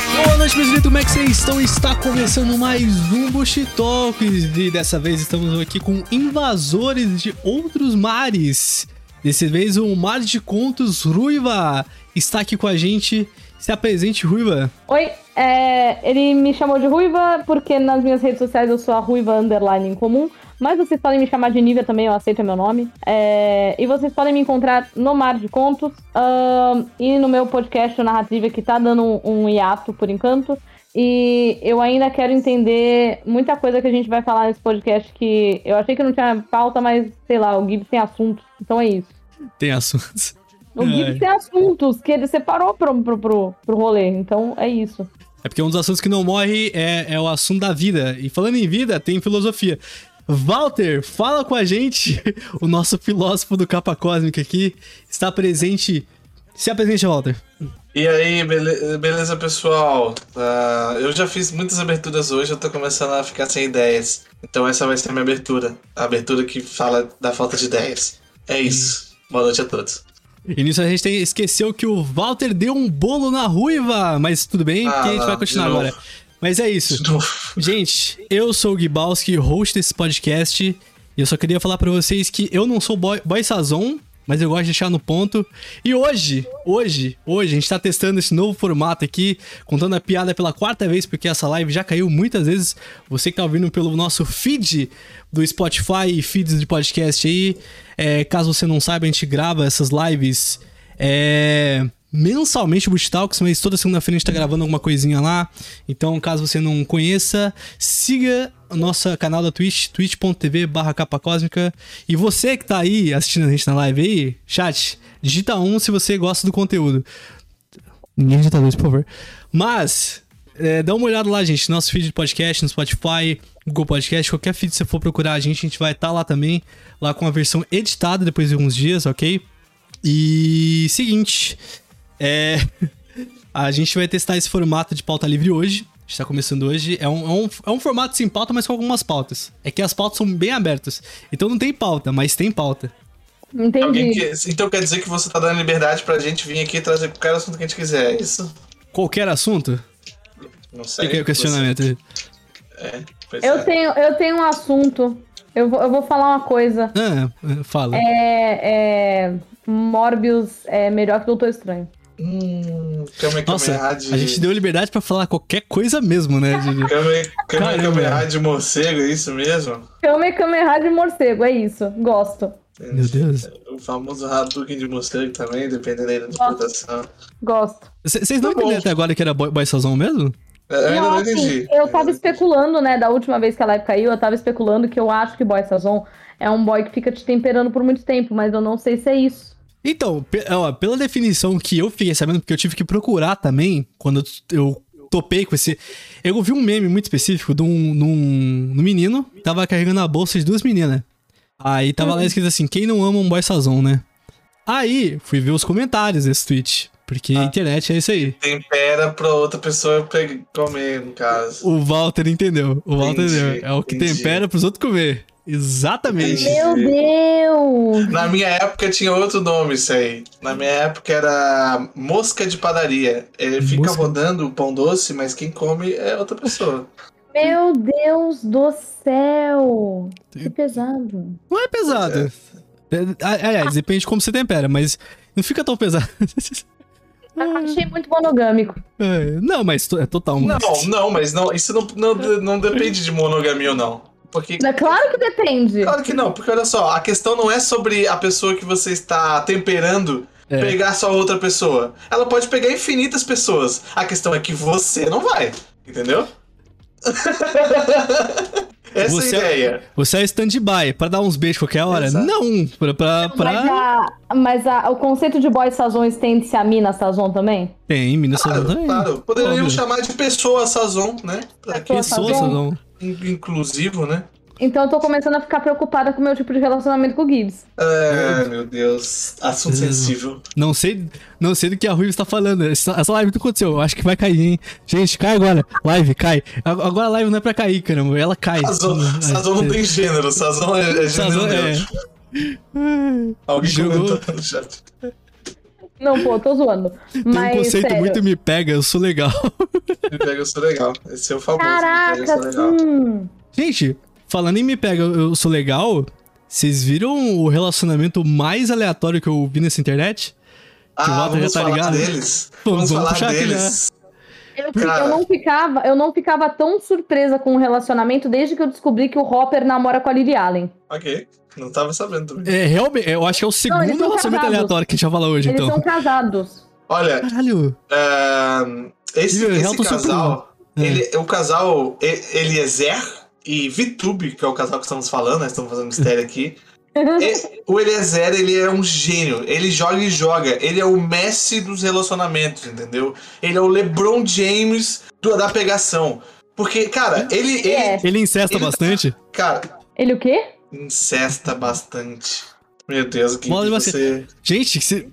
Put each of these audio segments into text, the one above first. pessoal, como é que vocês estão? Está começando mais um Bush Talks e dessa vez estamos aqui com invasores de outros mares. Dessa vez o Mar de Contos Ruiva está aqui com a gente. Se apresente, Ruiva. Oi, é, ele me chamou de Ruiva porque nas minhas redes sociais eu sou a Ruiva Underline em comum. Mas vocês podem me chamar de Nívia também, eu aceito meu nome. É, e vocês podem me encontrar no Mar de Contos ahn, e no meu podcast o Narrativa, que tá dando um, um hiato por enquanto. E eu ainda quero entender muita coisa que a gente vai falar nesse podcast que eu achei que não tinha pauta, mas sei lá, o Gibbs tem assuntos, então é isso. Tem assuntos. O Gibbs Ai. tem assuntos que ele separou pro, pro, pro, pro rolê, então é isso. É porque um dos assuntos que não morre é, é o assunto da vida. E falando em vida, tem filosofia. Walter, fala com a gente, o nosso filósofo do capa cósmica aqui. Está presente. Se apresente, Walter. E aí, bele- beleza, pessoal? Ah, eu já fiz muitas aberturas hoje, eu tô começando a ficar sem ideias. Então essa vai ser a minha abertura. A abertura que fala da falta de ideias. É isso. Boa noite a todos. E nisso a gente tem- esqueceu que o Walter deu um bolo na ruiva, mas tudo bem, Ah, porque a gente vai de continuar novo. agora. Mas é isso. De novo. Gente, eu sou o Gibalski, host desse podcast, e eu só queria falar pra vocês que eu não sou boy, boy sazon, mas eu gosto de deixar no ponto. E hoje, hoje, hoje, a gente tá testando esse novo formato aqui, contando a piada pela quarta vez, porque essa live já caiu muitas vezes. Você que tá ouvindo pelo nosso feed do Spotify e feeds de podcast aí, é, caso você não saiba, a gente grava essas lives é, mensalmente o Bush Talks, mas toda segunda-feira a gente tá gravando alguma coisinha lá. Então, caso você não conheça, siga o nosso canal da Twitch, twitch.tv barra capa cósmica. E você que tá aí assistindo a gente na live aí, chat, digita um se você gosta do conteúdo. Ninguém digita dois, por favor. Mas, é, dá uma olhada lá, gente. Nosso feed de podcast no Spotify, Google Podcast, qualquer feed que você for procurar a gente, a gente vai estar lá também, lá com a versão editada depois de alguns dias, ok? E seguinte, é, a gente vai testar esse formato de pauta livre hoje. A gente tá começando hoje. É um, é um- é um formato sem pauta, mas com algumas pautas. É que as pautas são bem abertas. Então não tem pauta, mas tem pauta. Alguém Entendi. que- Então quer dizer que você tá dando liberdade pra gente vir aqui e trazer qualquer assunto que a gente quiser, é isso? Qualquer assunto? Não sei. Fica aí é o questionamento. Pois Eu é. tenho, eu tenho um assunto. Eu vou, eu vou falar uma coisa. Ah, fala. É, é, Morbius é melhor que Doutor Estranho. Hum, Kamehameha Nossa, de... a gente deu liberdade pra falar qualquer coisa mesmo, né? Didi? Kame- Kame- Caramba. Kamehameha de morcego, é isso mesmo? Kame Kamehameha de morcego, é isso. Gosto. Meu Deus. O famoso Hadouken de morcego também, dependendo aí da interpretação. Gosto. C- Vocês não Tá bom. entenderam até agora que era boy, boy sazão mesmo? Eu ainda Não, não assim, entendi. eu tava especulando, né? Da última vez que a live caiu, eu tava especulando que eu acho que Boy Sazon é um boy que fica te temperando por muito tempo, mas eu não sei se é isso. Então, pe- ó, pela definição que eu fiquei sabendo, porque eu tive que procurar também, quando eu eu topei com esse. Eu vi um meme muito específico de um, de um- de um menino, que tava carregando a bolsa de duas meninas. Aí tava Uhum. lá escrito assim: quem não ama um boy sazon, né? Aí fui ver os comentários desse tweet, porque Ah. a internet é isso aí. Tempera pra outra pessoa pe- comer, no caso. O Walter entendeu. O Walter Entendi, entendeu. É o que entendi. tempera pros outros comer. Exatamente. Entendi. Meu Deus! Na minha época tinha outro nome isso aí. Na minha época era mosca de padaria. Ele fica Mosca? rodando o pão doce, mas quem come é outra pessoa. Meu Deus do céu! Que pesado. Não é pesado. É, a- Aliás, depende de como você tempera, mas não fica tão pesado. Achei muito monogâmico. É, não, mas to- é total. Não, não, mas não, isso não, não, não depende de monogamia ou não. Porque. É claro que depende. Claro que não, porque olha só, a questão não é sobre a pessoa que você está temperando É. pegar só outra pessoa. Ela pode pegar infinitas pessoas. A questão é que você não vai, entendeu? Essa Você- é a ideia. Você é stand-by pra dar uns beijos qualquer hora? Exato. Não, pra. pra, Mas, é- pra... a- mas a- o conceito de boy sazon estende-se a mina sazon também? Tem, Minas Sazon Claro, também. claro. Poderíamos Óbvio. chamar de pessoa sazon, né? Pra que- Pessoa Pessoa Sazon. Sazon. in- Inclusivo, né? Então eu tô começando a ficar preocupada com o meu tipo de relacionamento com o Gibbs. É, meu Deus. Assunto Hum. sensível. Não sei, não sei do que a Rui está falando. Essa, essa live não aconteceu. Eu acho que vai cair, hein? Gente, cai agora. Live, cai. A- Agora a live não é pra cair, caramba. Ela cai. Sazon, Ai, sazon não tem gênero, sazon é, é gênero é, Sazon, é. neutro. Alguém Jogou. comentou no chat. Não, pô, tô zoando. Tem Mas, um conceito sério, muito me pega, eu sou legal. Me pega, eu sou legal. Esse é o famoso. me pega, eu sou Caraca, legal. sim. Gente, falando em me pega, eu sou legal. Vocês viram o relacionamento mais aleatório que eu vi nessa internet? Que o Walter Ah, já vamos tá falar ligado? deles. Vamos Vamos, puxar falar aqui, né? deles. Eu, Cara. eu não ficava, eu não ficava tão surpresa com o relacionamento desde que eu descobri que o Hopper namora com a Lily Allen. Ok. Não tava sabendo também. É, realmente, eu acho que é o segundo eles são relacionamento casados. aleatório que a gente vai falar hoje, Eles então. são casados. Olha, Caralho. ahn, esse, Ih, esse Elton casal, É. ele, o casal E- Eliezer e Vitube, que é o casal que estamos falando, nós estamos fazendo mistério aqui. E- o Eliezer, ele é um gênio. Ele joga e joga. Ele é o Messi dos relacionamentos, entendeu? Ele é o LeBron James do, da pegação. Porque, Hum. cara, ele, ele É. Ele incesta Ele- bastante. cara, Ele o quê? incesta bastante. Meu Deus, o que, Bola que de você... Gente, se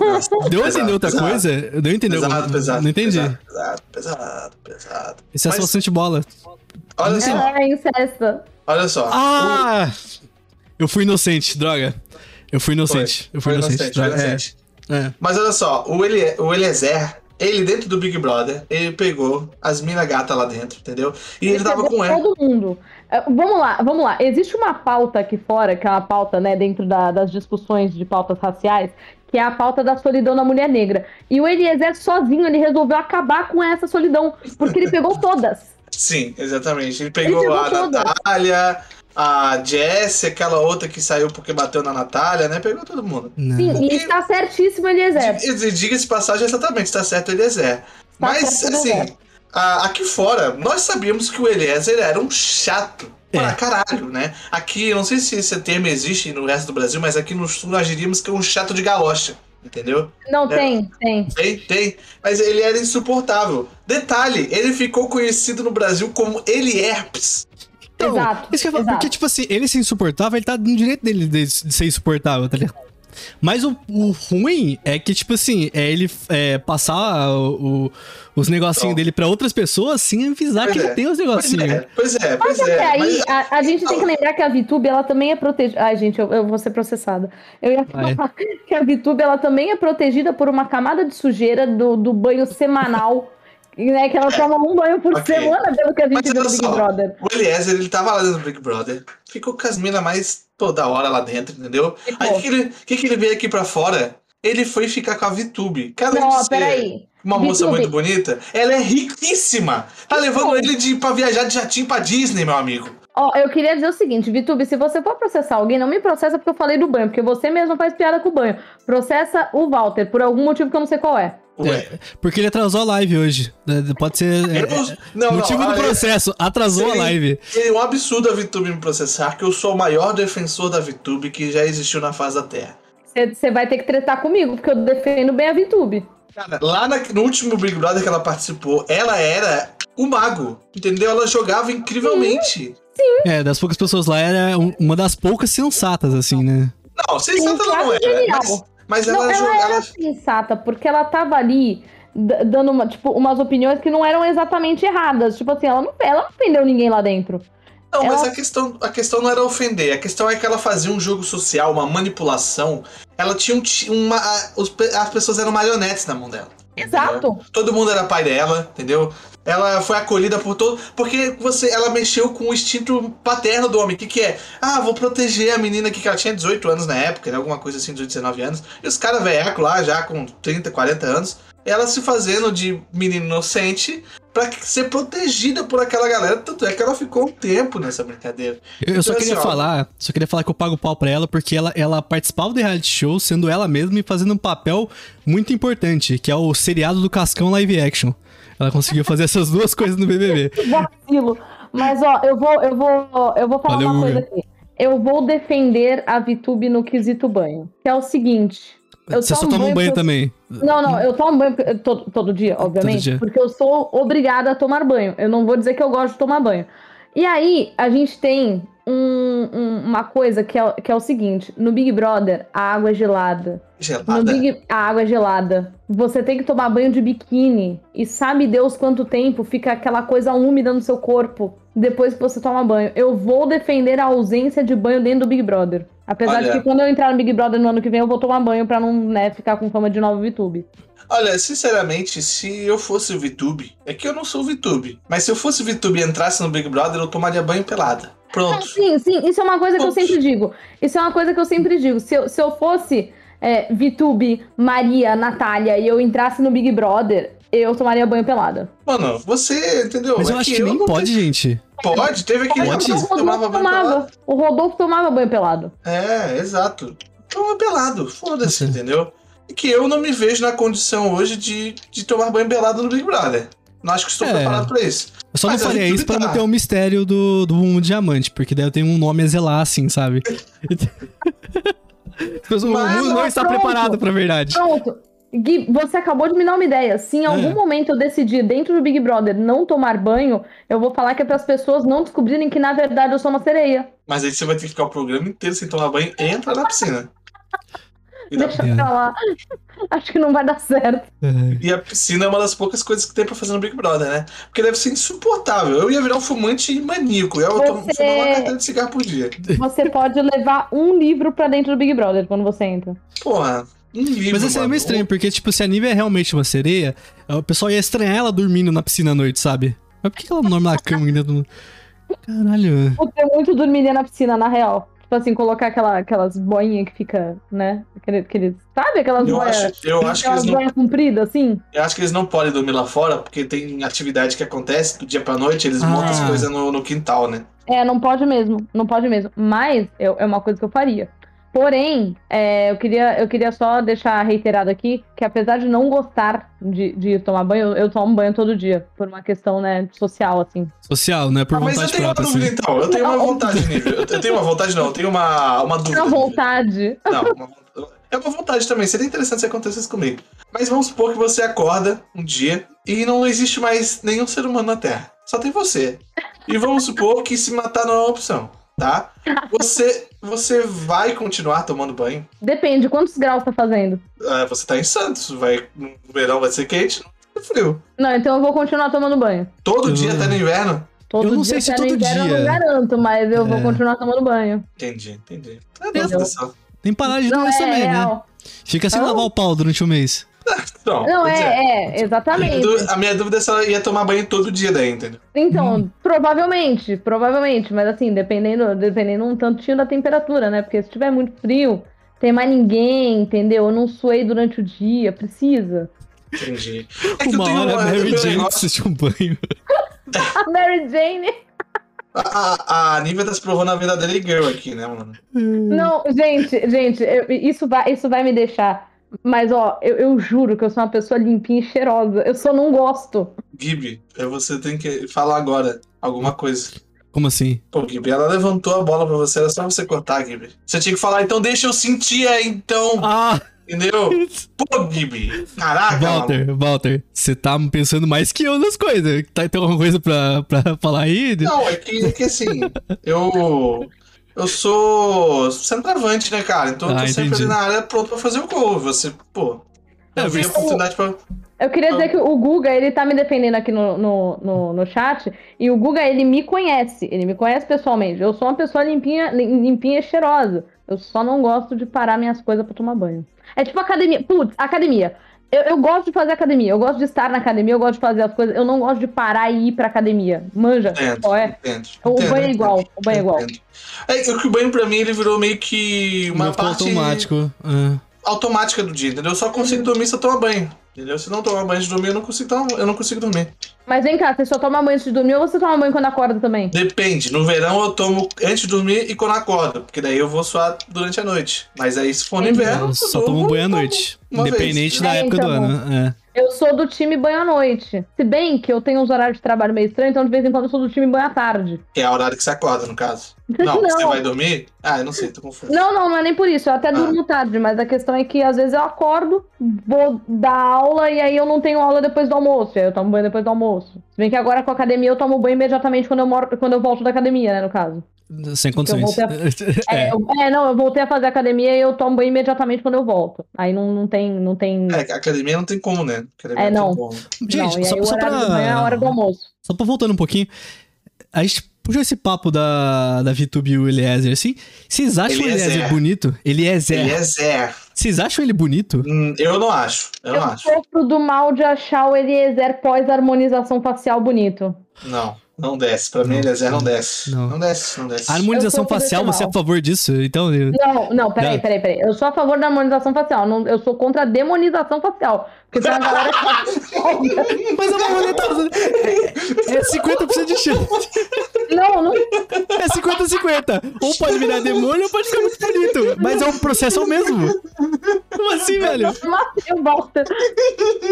Nossa, deu a entender pesado, outra pesado. coisa? Deu a entender Pesado, alguma- pesado. Não entendi. Pesado, pesado, pesado. pesado. Incesta Mas- bastante bola. Olha só, É, incesta. olha só. Ah! Eu fui inocente, droga. Eu fui inocente. eu fui Foi inocente, inocente, foi droga. inocente. É, é. Mas olha só, o, Ele, o Eliezer, ele dentro do Big Brother, ele pegou as mina gata lá dentro, entendeu? E ele tava pegou com ela. é Todo mundo. É, Vamos lá, vamos lá. Existe uma pauta aqui fora, que é uma pauta, né, dentro da- das discussões de pautas raciais, que é a pauta da solidão da mulher negra. E o Eliezer sozinho, ele resolveu acabar com essa solidão, porque ele pegou todas. Sim, exatamente. Ele pegou, pegou a todas. Natália, a Jessie, aquela outra que saiu porque bateu na Natália, né? Pegou todo mundo. Não. Sim, e está certíssimo o Eliezer. E e diga-se de passagem exatamente, tá certo o Eliezer. Mas, certo, assim, Eliezer. a- aqui fora, nós sabíamos que o Eliezer era um chato. É. Pra caralho, né? Aqui, eu não sei se esse termo existe no resto do Brasil, mas aqui no sul nós diríamos que é um chato de galocha, entendeu? Não, É. tem, tem. Tem, tem. Mas ele era insuportável. Detalhe, ele ficou conhecido no Brasil como Elierps. Então, exato. Isso que eu falo, exato. porque, tipo assim, ele ser insuportável, ele tá no direito dele de, de ser insuportável, tá ligado? Mas o, o ruim é que, tipo assim, é ele é, passar o- o- os negocinhos Então. dele pra outras pessoas sem avisar Pois que ele é. tem os Pois negocinhos. né? é, pois é, Mas pois até é. aí, Mas, então. a, a gente tem que lembrar que a VTube, ela também é protegida. Ai, gente, eu, eu vou ser processada. Eu ia Vai. falar que a VTube, ela também é protegida por uma camada de sujeira do, do banho semanal. Né, que ela toma um banho por Ok. semana, pelo que a gente Mas viu olha no Big só. Brother. o Eliezer, ele tava lá dentro do Big Brother. Ficou com as minas mais toda hora lá dentro, entendeu? Tipo, Aí o que, ele- o que que ele veio aqui pra fora? Ele foi ficar com a VTube. Cara, não, de ser peraí. uma moça VTube. muito bonita, ela é riquíssima. Tá levando ele de, pra viajar de jatinho pra Disney, meu amigo. Ó, eu queria dizer o seguinte, Vitube, se você for processar alguém, não me processa porque eu falei do banho, porque você mesmo faz piada com o banho. Processa o Walter, por algum motivo que eu não sei qual é. Ué. Porque ele atrasou a live hoje. né? Pode ser. é, Eu é, não, não, motivo não, do olha, processo, atrasou a Sim. live. Seria um absurdo a VTube me processar, que eu sou o maior defensor da VTube que já existiu na face da Terra. Você você vai ter que tretar comigo, porque eu defendo bem a Vitube. Cara, lá na- no último Big Brother que ela participou, ela era o mago, entendeu? Ela jogava incrivelmente. É, das poucas pessoas lá, era um- uma das poucas sensatas, assim, né? Não, sensata ela então não Sim, claro, é era, Um genial. mas, mas Não, ela, ela jogava... era sensata, porque ela tava ali d- dando uma, tipo, umas opiniões que não eram exatamente erradas. Tipo assim, ela não, ela não ofendeu ninguém lá dentro. Não, mas Ela- a questão, a questão não era ofender, a questão é que ela fazia um jogo social, uma manipulação. Ela tinha um, ti- uma. a- os pe- as pessoas eram marionetes na mão dela. Exato. Todo mundo era pai dela, entendeu? Ela foi acolhida por todo. Porque você, ela mexeu com o instinto paterno do homem. O que, que é? Ah, vou proteger a menina aqui, que ela tinha 18 anos na época, né? Alguma coisa assim, 18, 19 anos. E os caras velhaco lá, já com 30, 40 anos. Ela se fazendo de menina inocente pra que- ser protegida por aquela galera. Tanto é que ela ficou um tempo nessa brincadeira. Eu, eu só Então, queria assim, ó. falar, só queria falar que eu pago pau pra ela, porque ela, ela participava do reality show sendo ela mesma e fazendo um papel muito importante, que é o seriado do Cascão live action. Ela conseguiu fazer essas duas coisas no BBB. Vacilo. Mas, ó, eu vou, eu vou, eu vou falar Valeu, uma coisa Uber. aqui. Eu vou defender a Vitube no quesito banho. Que é o seguinte. Eu Você só tomo toma um banho porque eu- também. Não, não, eu tomo banho porque- eh, todo, todo dia, obviamente, dia. porque eu sou obrigada a tomar banho. Eu não vou dizer que eu gosto de tomar banho. E aí, a gente tem um- um- uma coisa que é, que é o seguinte: no Big Brother, a água é gelada. No Gelada. Big, a água é gelada. Você tem que tomar banho de biquíni. E sabe Deus quanto tempo fica aquela coisa úmida no seu corpo depois que você toma banho. Eu vou defender a ausência de banho dentro do Big Brother. Apesar Olha. de que quando eu entrar no Big Brother no ano que vem, eu vou tomar banho pra não né, ficar com fama de novo VTube. Olha, sinceramente, se eu fosse o VTube, é que eu não sou o VTube, mas se eu fosse o VTube e entrasse no Big Brother, eu tomaria banho pelada. Ah, Pronto. sim, sim, isso é uma coisa que eu Oxi. sempre digo. Isso é uma coisa que eu sempre digo. Se eu, se eu fosse é, Vitube, Maria, Natália e eu entrasse no Big Brother, eu tomaria banho pelada. Mano, você, entendeu? Mas eu É acho que nem não- pode, gente. Pode, teve aquele Pode. rapaz que O tomava Rodolfo banho pelado. tomava. O Rodolfo tomava banho pelado. É, exato. Toma pelado, foda-se, Sim. entendeu? E que eu não me vejo na condição hoje de, de tomar banho pelado no Big Brother. Não acho que estou É. preparado pra isso. Eu só não Mas é a faria gente isso pra dá. manter o mistério do, do mundo diamante, porque daí eu tenho um nome a zelar, assim, sabe? As pessoas- Mas, o mundo não está pronto. preparado pra verdade. Pronto. Gui, você acabou de me dar uma ideia. Se em algum É. momento eu decidir dentro do Big Brother não tomar banho, eu vou falar que é para as pessoas não descobrirem que na verdade eu sou uma sereia. Mas aí você vai ter que ficar o programa inteiro sem tomar banho e entrar na piscina. E, na- Deixa pra lá. Acho que não vai dar certo. É. e a piscina é uma das poucas coisas que tem pra fazer no Big Brother, né? Porque deve ser insuportável. Eu ia virar um fumante maníaco. Eu ia tom- Você- fumar uma carteira de cigarro por dia. Você pode levar um livro pra dentro do Big Brother quando você entra. Porra, um livro. Mas isso é mano. meio estranho, porque, tipo, se a Nívia é realmente uma sereia, o pessoal ia estranhar ela dormindo na piscina à noite, sabe? Mas por que que ela não dorme na cama ainda? do- Caralho. Puta, eu muito dormiria na piscina, na real. Tipo assim, colocar aquela, aquelas boinhas que fica, né? Aquele, aqueles, sabe aquelas Eu boias? acho, eu acho que eles Aquelas não boias compridas, assim? Eu acho que eles não podem dormir lá fora, porque tem atividade que acontece do dia pra noite, eles Ah. montam as coisas no, no quintal, né? É, não pode mesmo, não pode mesmo. Mas eu- é uma coisa que eu faria. Porém, é, eu, queria, eu queria só deixar reiterado aqui que apesar de não gostar de, de tomar banho, eu, eu tomo banho todo dia, por uma questão, né, social, assim. Social, né? Por Ah, mas eu vontade tenho uma própria, assim. dúvida, então. Eu tenho uma Não. vontade, Nível. Eu eu tenho uma vontade, não. Eu tenho uma, uma dúvida. À Nível. vontade. Não, uma vontade. É uma vontade também. Seria interessante se acontecesse comigo. Mas vamos supor que você acorda um dia e não existe mais nenhum ser humano na Terra. Só tem você. E vamos supor que se matar não é uma opção, tá? Você, você vai continuar tomando banho? Depende, quantos graus tá fazendo? Ah, você tá em Santos. Vai, no verão vai ser quente, no frio. Não, então eu vou continuar tomando banho. Todo Eu- dia até no inverno? Todo Eu não dia, sei se até no todo inverno, dia. É. Eu não garanto, mas eu vou continuar tomando banho. Entendi, entendi. É Entendeu? dúvida só. Tem parar de Não dormir é, também, né? real. Fica sem Não. lavar o pau durante o mês. Não, Não, pois é, é. é, A minha exatamente. dú- A minha dúvida é se ela ia tomar banho todo dia daí, entendeu? Então, provavelmente, provavelmente, mas assim, dependendo, dependendo um tantinho da temperatura, né? Porque se tiver muito frio, tem mais ninguém, entendeu? Eu não suei durante o dia, precisa. Entendi. Uma hora é a É eu Mary tenho um Jane negócio- precisa de um banho. A Mary Jane. A, a, a Nívia tá se provando a verdadeira girl aqui, né, mano? Hum. Não, gente, gente, eu- isso vai, isso vai me deixar. Mas ó, eu, eu juro que eu sou uma pessoa limpinha e cheirosa. Eu só não gosto. Gibi, é você tem que falar agora alguma coisa. Como assim? Pô, Gibi, ela levantou a bola pra você, era só você cortar, Gibi. Você tinha que falar, então deixa eu sentir aí, então. Ah, Entendeu? Pô, Gibi. Caraca, mano. Walter, Walter, você tá pensando mais que eu nas coisas. Tá, tem alguma coisa pra, pra falar aí? Não, é que, é que assim, eu. Eu sou centroavante, né, cara? Então eu tô Ah, sempre entendi. ali na área pronto pra fazer o gol. Você, pô. É, Eu vi a mas- oportunidade pra. Eu queria Ah. dizer que o Guga, ele tá me defendendo aqui no, no, no, no chat, e o Guga, ele me conhece, ele me conhece pessoalmente. Eu sou uma pessoa limpinha, lim- limpinha e cheirosa. Eu só não gosto de parar minhas coisas pra tomar banho. É tipo academia. Putz, academia. Eu, eu gosto de fazer academia, eu gosto de estar na academia, eu gosto de fazer as coisas. Eu não gosto de parar e ir pra academia. Manja, Entendo, qual é? entendo. O entendo, banho é entendo, igual, o banho é igual. entendo. É que o banho pra mim ele virou meio que uma Não ficou parte automático. Ah. automática do dia, entendeu? Eu só Hum. consigo dormir se eu tomar banho. Entendeu? Se não tomar banho de dormir, eu não consigo, tomar- eu não consigo dormir. Mas vem cá, você só toma banho antes de dormir ou você toma banho quando acorda também? Depende. No verão eu tomo antes de dormir e quando acordo. Porque daí eu vou suar durante a noite. Mas aí se for no inverno. Eu eu só durmo, tomo banho à tomo noite. uma vez. Independente da É, época do então. ano. É. Eu sou do time banho à noite. Se bem que eu tenho uns horários de trabalho meio estranhos, então de vez em quando eu sou do time banho à tarde. Que é o horário que você acorda, no caso. Não. Não, você vai Ah. dormir? Ah, eu não sei, tô confuso. Não, não, não é nem por isso. Eu até durmo tarde, mas a questão é que às vezes eu acordo, vou dar aula e aí eu não tenho aula depois do almoço. E aí eu tomo banho depois do almoço. Se bem que agora com a academia eu tomo banho imediatamente quando eu, moro, quando eu volto da academia, né, no caso. Sem condições. voltei É, eu- é, não, eu voltei a fazer academia e eu tomo banho imediatamente quando eu volto. Aí não, não tem. Não tem... É, academia não tem como, né? Academia É, não. tem como. não, Gente, e aí só, o só horário do banho é a hora do pra. almoço. Só pra voltando um pouquinho. A gente puxou esse papo da, da VTube e o Eliezer, assim. Vocês acham o Eliezer. Eliezer bonito? é Ele Eliezer. é zero. Vocês acham ele bonito? Hum, Eu não acho. Eu não Eu acho. sofro do mal de achar o Eliezer pós-harmonização facial bonito. Não. Não desce. Pra mim, Não. ele é zero, não desce. Não. Não desce, não desce. A harmonização sou um facial, você é a profissional. favor disso? Então, eu- Não, não, peraí, Não. peraí, peraí. Eu sou a favor da harmonização facial. não- eu sou contra a demonização facial. Porque tem uma galera que. é Mas a mamãe tá fazendo. É 50% de chance. Não, não. É 50-50. Ou pode virar demônio ou pode ficar muito bonito. Mas é um processo é o mesmo. Como assim, velho? Matei o Walter.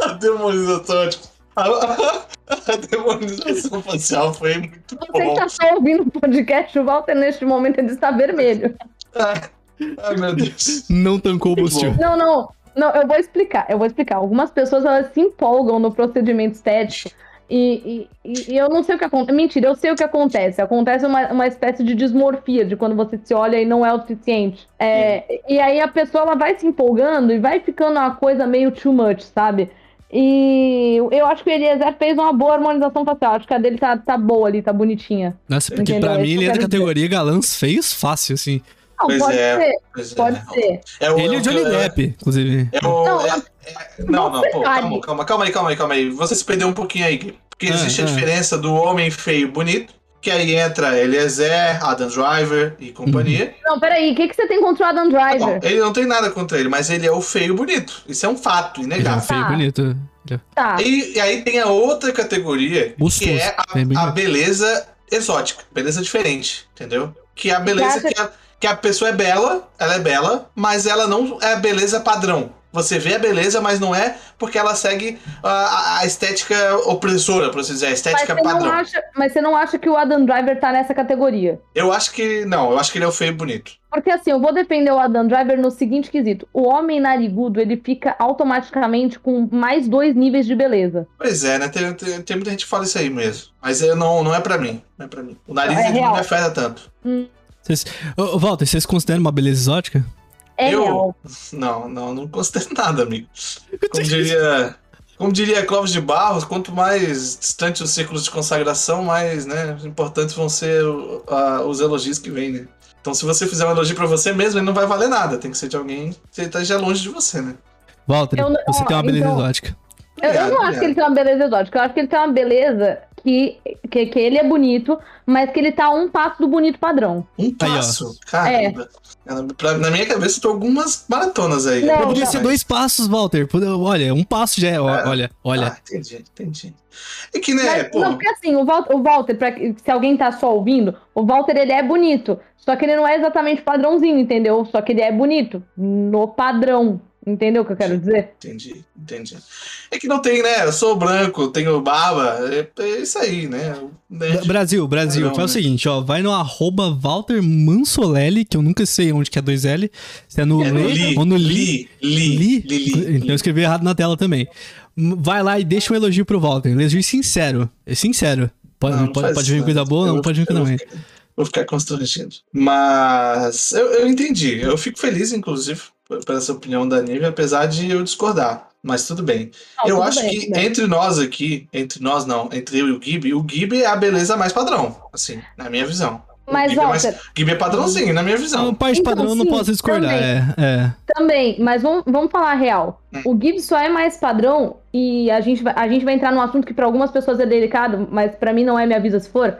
A demonização, tipo, a, a- a demonização facial foi muito Você que bom. tá só ouvindo o podcast, o Walter, neste momento, ele está vermelho. Ai, meu Deus. Não tancou o Bustil. Não, não. Não, eu vou explicar, eu vou explicar. Algumas pessoas elas se empolgam no procedimento estético e, e- e- e eu não sei o que acontece. Mentira, eu sei o que acontece. Acontece uma, uma espécie de dismorfia de quando você se olha e não é o suficiente. É, E aí a pessoa ela vai se empolgando e vai ficando uma coisa meio too much, sabe? E eu acho que o Eliezer fez uma boa harmonização facial. Acho que a dele tá, tá boa ali, tá bonitinha. Nossa, porque Entendeu? pra É mim isso que ele eu é da quero categoria galãs feios fácil, assim. Não, Pois pode é, ser, Pois é. pode ser. É o, Ele e o Johnny é, Depp, inclusive. é o- Não, é- é- não, não, pô, detalhe. calma, calma, calma aí, calma aí, calma aí. Você se perdeu um pouquinho aí. Gui. Porque Ah, existe a ah. diferença do homem feio bonito, que aí entra Eliezer, Adam Driver e companhia. Não, peraí, o que, que você tem contra o Adam Uhum. Tá bom, Driver? ele não tem nada contra ele, mas ele é o feio bonito. Isso é um fato, Ele é um inegável. feio bonito. Tá. é um E, e aí tem a outra categoria, Gostoso. que é a, É bem a bonito. beleza exótica, beleza diferente, entendeu? Que é a beleza Cara- que a, que a pessoa é bela, ela é bela, mas ela não é a beleza padrão. Você vê a beleza, mas não é porque ela segue a, a- a estética opressora, por assim dizer, a Mas estética você, não padrão. acha, mas você não acha que o Adam Driver tá nessa categoria? Eu acho que. Não, eu acho que ele é o feio e bonito. Porque assim, eu vou defender o Adam Driver no seguinte quesito: o homem narigudo ele fica automaticamente com mais dois níveis de beleza. Pois é, né? Tem, tem- tem muita gente que fala isso aí mesmo. Mas eu não, não é pra mim. Não é pra mim. O nariz É ele não real. me afeta tanto. Vocês... Ô, ô, Walter, vocês consideram uma beleza exótica? É Eu? real. Não, não, não considero nada, amigo. Como diria, como diria Clóvis de Barros, quanto mais distante os círculos de consagração, mais né, importantes vão ser o- a- os elogios que vêm, né? Então, se você fizer um elogio pra você mesmo, ele não vai valer nada. Tem que ser de alguém que esteja longe de você, né? Walter, Eu não- você ó, tem uma beleza então- exótica. Eu, eu Obrigado, não acho que ele tem uma beleza exótica, eu acho que ele tem uma beleza que, que, que ele é bonito, mas que ele tá a um passo do bonito padrão. Um Aí, ó. passo. Caramba. Ela- pra- na minha cabeça, eu tô algumas maratonas aí. É. Não, Eu podia não. ser dois passos, Walter. Podia- Olha, um passo já é. ó, É. Olha, olha. Ah, entendi, entendi. É que, né, Mas, pô... não, porque assim, o Walter, o Walter pra- se alguém tá só ouvindo, o Walter ele é bonito. Só que ele não é exatamente padrãozinho, entendeu? Só que ele é bonito no padrão. Entendeu o que eu quero dizer? Entendi, entendi. É que não tem, né? Eu sou branco, tenho barba. É, é isso aí, né? Bra- Brasil, Brasil, Não, faz o né? seguinte, ó. Vai no arroba Walter Mansolelli, que eu nunca sei onde que é 2L. Se é no É, Lê ou no Li. Li? Li, Li, Li, Então eu Li. escrevi errado na tela também. M- Vai lá e deixa um elogio pro Walter. Elogio sincero. É sincero. Pode, Não, não pode, faz pode isso, vir não. coisa boa, Eu não vou- pode vir eu coisa vou ruim. ficar- Vou ficar constrangido. Mas eu, eu entendi. Eu fico feliz, inclusive, p- pela sua opinião da Nive, apesar de eu discordar. Mas tudo bem. Não, eu tudo acho bem, que tudo bem. entre nós aqui, entre nós não, entre eu e o Gibi, o Gibi é a beleza mais padrão, assim, na minha visão. O Mas, Gibi é, mais- Walter- Gibi é padrãozinho, na minha Então, visão. parte Então, padrão eu não sim, posso discordar. É, é. Também, mas vamos, vamos falar a real. Hum. O Gibbs só é mais padrão e a gente, vai, a gente vai entrar num assunto que pra algumas pessoas é delicado, mas pra mim não é, me avisa se for.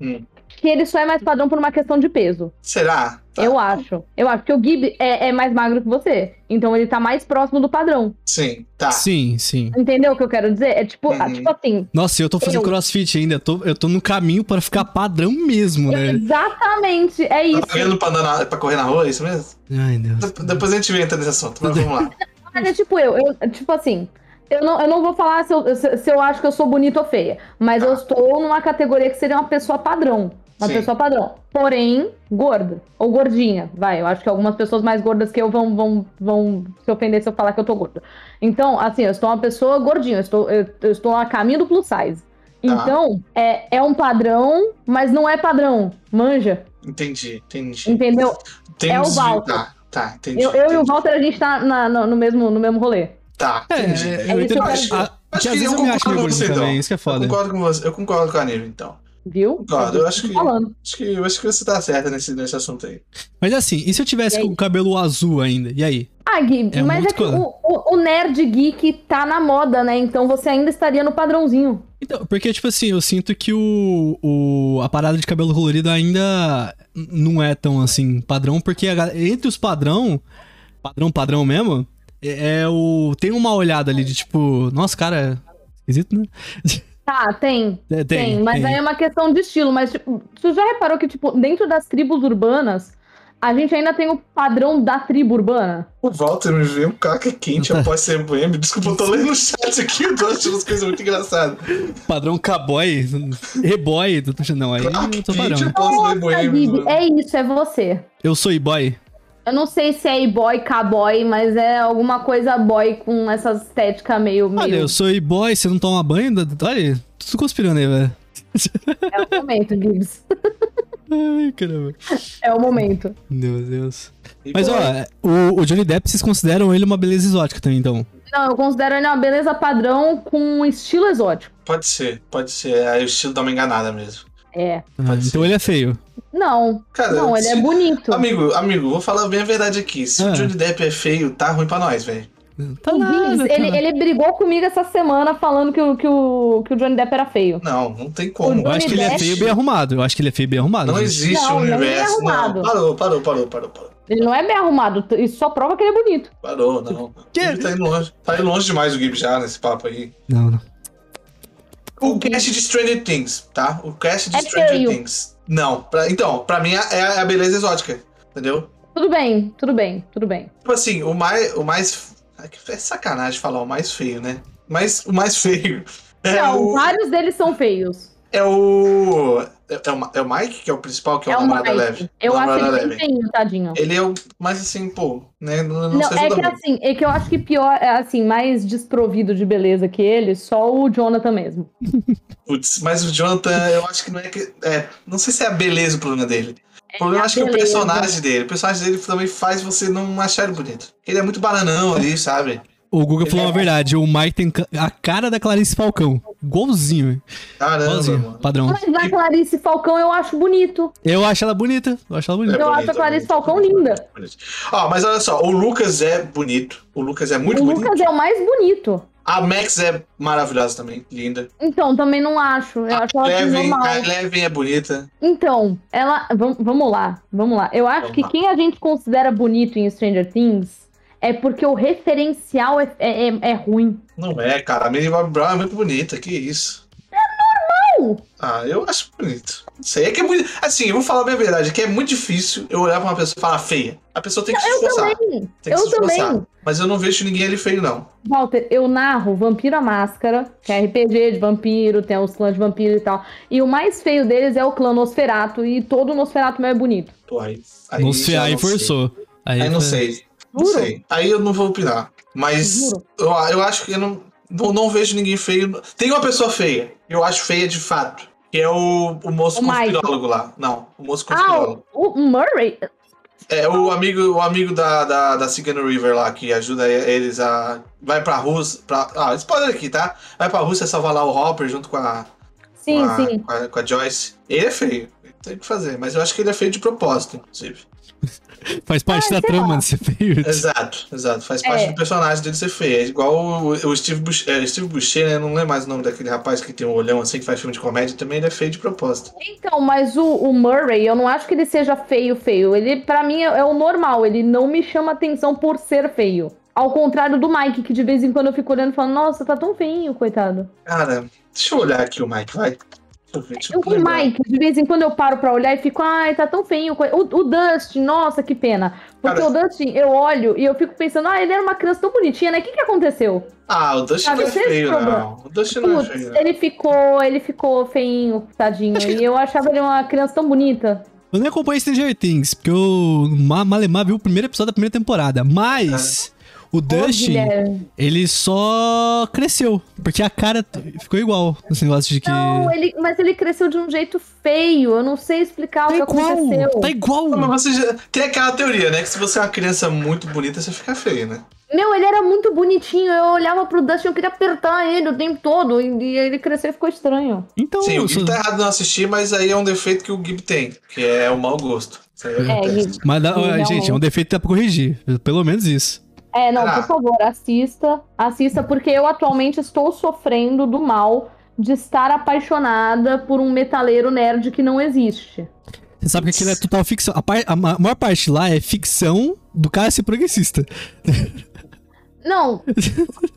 Hum. Que ele só é mais padrão por uma questão de peso. Será? Tá. Eu acho. Eu acho que o Gibbs é, é mais magro que você. Então ele tá mais próximo do padrão. Sim, tá. Sim, sim. Entendeu o que eu quero dizer? É tipo, Uhum. ah, tipo assim. Nossa, eu tô fazendo Eu- crossfit ainda. Eu tô, eu tô no caminho para ficar padrão mesmo, né? Exatamente, é Tá isso. pagando pra, andar na- pra correr na rua, é isso mesmo? Ai, Deus. De- depois a gente entra nesse assunto, mas vamos lá. Mas é tipo eu, eu- tipo assim. Eu não, eu não vou falar se eu, se- se eu acho que eu sou bonita ou feia, mas eu Tá. estou numa categoria que seria uma pessoa padrão. Uma Sim. pessoa padrão. Porém, gorda. Ou gordinha. Vai, eu acho que algumas pessoas mais gordas que eu vão, vão, vão se ofender se eu Tá. falar que eu tô gorda. Então, assim, eu estou uma pessoa gordinha, eu estou, eu, eu estou a caminho do plus size. Então, é, é um padrão, mas não é padrão. Manja, Entendi, entendi. entendeu? Tem É um o desvio, Walter. Tá, tá, entendi. Eu, eu e o entendi. Walter, a gente tá na- no, no mesmo, no mesmo rolê. Tá, É, entendi. é, É eu isso entendo. que eu que- acho. a- Que às vezes eu me acho meio gordinho também, isso que é então. Eu foda. concordo com você, eu concordo com a Nive, então. Viu? Concordo, eu acho que, Falando. acho que, eu acho que você tá certa nesse, nesse assunto aí. Mas assim, e se eu tivesse E aí? com o cabelo azul ainda? E aí? Ah, Gui, É mas muito é que claro. o, o, o nerd geek tá na moda, né? Então você ainda estaria no padrãozinho. Então, porque, tipo assim, eu sinto que o, o- a parada de cabelo colorido ainda n- não é tão, assim, padrão, porque a ga- entre os padrão, padrão, padrão mesmo, é, é o... tem uma olhada ali de, tipo, nossa, cara, esquisito, né? Tá, tem. É, Tem, mas aí é uma questão de estilo. Mas tipo, você já reparou que, tipo, dentro das tribos urbanas, a gente ainda tem o padrão da tribo urbana? O Walter me veio um caca quente após ser M. Desculpa, eu tô lendo o chat aqui, eu tô achando as coisas muito engraçadas. Padrão cowboy, reboy, tá não, aí eu sou Ah, quente padrão. após ler Ah, Gibi, boêmios. é isso, é você. Eu sou e-boy. Eu não sei se é boy cowboy, mas é alguma coisa boy com essa estética meio. meio... Olha, eu sou e-boy, você não toma banho? Olha, tudo conspirando aí, velho. É o momento, Gibbs. Ai, caramba. É o momento. Meu Deus. Mas ó, Então, o, o Johnny Depp, vocês consideram ele uma beleza exótica também, então? Não, eu considero ele uma beleza padrão com um estilo exótico. Pode ser, pode ser. Aí o estilo dá uma enganada mesmo. É. Ah, Pode ser. então ele é feio. Não. Cara, não, ele se- é bonito. Amigo, amigo, vou falar bem a verdade aqui. Se Ah. o Johnny Depp é feio, tá ruim pra nós, velho. Tá O Gibbs, nada, tá ele, é nada. ele brigou comigo essa semana falando que o, que o, que o Johnny Depp era feio. Não, não tem como. Eu acho que ele é feio e bem arrumado. Eu acho que ele é feio e bem arrumado. Não gente. existe Não, um ele é universo. Não, arrumado. parou, parou, parou, parou, parou. Ele não é bem arrumado, t- isso só prova que ele é bonito. Parou, não. Que? Ele tá indo longe. Tá indo longe demais o Gabe já nesse papo aí. Não, não. O cast de Stranger Things, tá? O cast de É Stranger feio. Things. Não, pra- então, pra mim é a- é a beleza exótica, entendeu? Tudo bem, tudo bem, tudo bem. Tipo assim, o mais. O mais é que é sacanagem falar o mais feio, né? Mas o mais feio é não, o. vários deles são feios. É o. É é o, Ma- é o Mike, que é o principal, que é, o namorado da Leve. Eu O acho namorado da ele bem Leve. feinho, tadinho. Ele é o. Mas assim, pô, né? Não, não, Não, se é ajuda que muito. assim, é que eu acho que pior, é assim, mais desprovido de beleza que ele, só o Jonathan mesmo. Putz, mas o Jonathan, eu acho que não é que. É, não sei se é a beleza o problema dele. O problema a eu acho que é o beleza. personagem dele. O personagem dele também faz você não achar ele bonito. Ele é muito bananão ali, sabe? O Guga Ele falou é- uma verdade. O Mike tem ca- a cara da Clarice Falcão. Igualzinho, hein? Caramba, Igualzinho. mano. Padrão. Mas vai, Clarice Falcão, eu acho bonito. Eu acho ela bonita. Eu acho ela bonita. Eu acho a Clarice Falcão linda. Ó, mas olha só, o Lucas é bonito. O Lucas é muito o bonito. Lucas é o mais bonito. A Max é maravilhosa também, linda. Então, também não acho. Ah, Eu acho ela Eleven, normal. a Eleven é bonita. Então, ela. vam- vamos lá, vamos lá. Eu acho Vamos que lá. quem a gente considera bonito em Stranger Things é porque o referencial é, é, é- é ruim. Não é, cara. A Millie Bobby Brown é muito bonita, que isso. É normal. Ah, eu acho bonito. Não sei, é que é muito. Assim, eu vou falar bem a verdade, é que é muito difícil eu olhar pra uma pessoa e falar feia. A pessoa tem que se Eu esforçar. também. Tem que se Eu esforçar. também. Mas eu não vejo ninguém ali feio, não. Walter, eu narro Vampiro à Máscara, que é RPG de vampiro, tem os clãs de vampiro e tal. E o mais feio deles é o clã Nosferato, e todo Nosferato meu é bonito. Pô, aí. Aí, Não já sei, aí não sei. forçou. Aí, Aí não foi- sei. Não Juro. sei. Aí eu não vou opinar. Mas Juro. eu, eu acho que eu não, não, não vejo ninguém feio. Tem uma pessoa feia. Eu acho feia de fato. Que é o, o moço O Michael. conspirólogo lá. Não, o moço Ah, conspirólogo. o o Murray? É o amigo, o amigo da, da, da Cigano River lá, que ajuda eles a. Vai pra Rússia. Pra, ah, spoiler aqui, tá? Vai pra Rússia salvar lá o Hopper junto com a, Sim, com a, sim. Com, a, com a Joyce. Ele é feio. Ele Tem o que fazer, mas eu acho que ele é feio de propósito, inclusive. Faz parte Ah, da sei trama desse feio. Exato, exato. Faz parte É. do personagem dele ser feio. É igual o, o Steve Buscemi, é, Steve Buscemi, né? Eu não lembro mais o nome daquele rapaz que tem um olhão assim, que faz filme de comédia, também ele é feio de propósito. Então, mas o, o Murray, eu não acho que ele seja feio, feio. Ele, pra mim, é, é o normal. Ele não me chama atenção por ser feio. Ao contrário do Mike, que de vez em quando eu fico olhando e falo, nossa, tá tão feinho, coitado. Cara, deixa eu olhar aqui o Mike, vai. Deixa O lembrar. Mike, de vez em quando eu paro pra olhar e fico, ai, tá tão feinho. coi- O, o Dustin, nossa, que pena. Porque Cara- o Dustin, eu olho e eu fico pensando, ah, ele era uma criança tão bonitinha, né? O que, que aconteceu? Ah, o Dustin Sabe, não é esse é o feio, problema. não. O Dustin não é Putz, feio, não. ele ficou, ele ficou feinho, tadinho. E eu achava ele uma criança tão bonita. Eu É. nem acompanhei Stranger Things, porque eu ma- Malemar viu o primeiro episódio da primeira temporada. Mas O Dustin, Guilherme. ele só cresceu. Porque a cara t- ficou igual nesse negócio de que. Não, ele, mas ele cresceu de um jeito feio. Eu não sei explicar tá o que aconteceu. igual! Tá igual! Não, mas você já... Tem aquela teoria, né? Que se você é uma criança muito bonita, você fica feio, né? Meu, ele era muito bonitinho. Eu olhava pro Dustin, eu queria apertar ele o tempo todo. E e ele cresceu e ficou estranho. Então, Sim, o só- Gib tá errado em não assistir, mas aí é um defeito que o Gib tem, que é o mau gosto. Isso aí É, acontece. Gui. mas dá- ó, Não. gente, é um defeito que dá pra corrigir. Pelo menos isso. É, não, Ah. por favor, assista. Assista, porque eu atualmente estou sofrendo do mal de estar apaixonada por um metaleiro nerd que não existe. Você sabe que aquilo é total ficção. A, par- a ma- a maior parte lá é ficção do cara ser progressista. Não,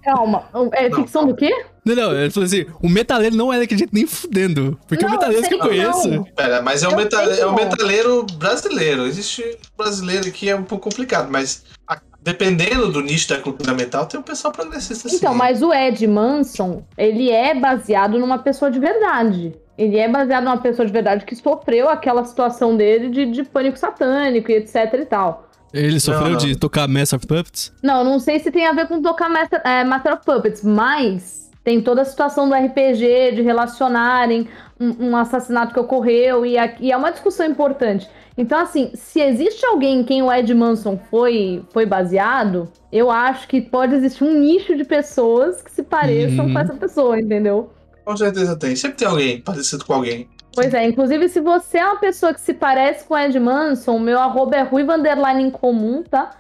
calma. É Não, ficção do quê? Não, não, ele falou assim: o metaleiro não é daquele jeito nem fudendo. Porque o Não, metaleiro que eu sei conheço. não. Pera, mas é um, Eu metale- sei que é um não. metaleiro brasileiro. Existe brasileiro aqui, é um pouco complicado, mas a- dependendo do nicho da cultura metal, tem um pessoal progressista assim. Então, mas o Ed Manson, ele é baseado numa pessoa de verdade. Ele é baseado numa pessoa de verdade que sofreu aquela situação dele de, de pânico satânico e etc e tal. Ele sofreu não. de tocar Master of Puppets. Não, não sei se tem a ver com tocar Master, é, Master of Puppets, mas tem toda a situação do RPG, de relacionarem um, um assassinato que ocorreu, e, a- e é uma discussão importante. Então, assim, se existe alguém em quem o Ed Manson foi, foi baseado, eu acho que pode existir um nicho de pessoas que se pareçam Uhum. com essa pessoa, entendeu? Com certeza tem. Sempre tem alguém parecido com alguém. Pois é, inclusive se você é uma pessoa que se parece com o Ed Manson, meu arroba é Rui Vanderline em comum, tá?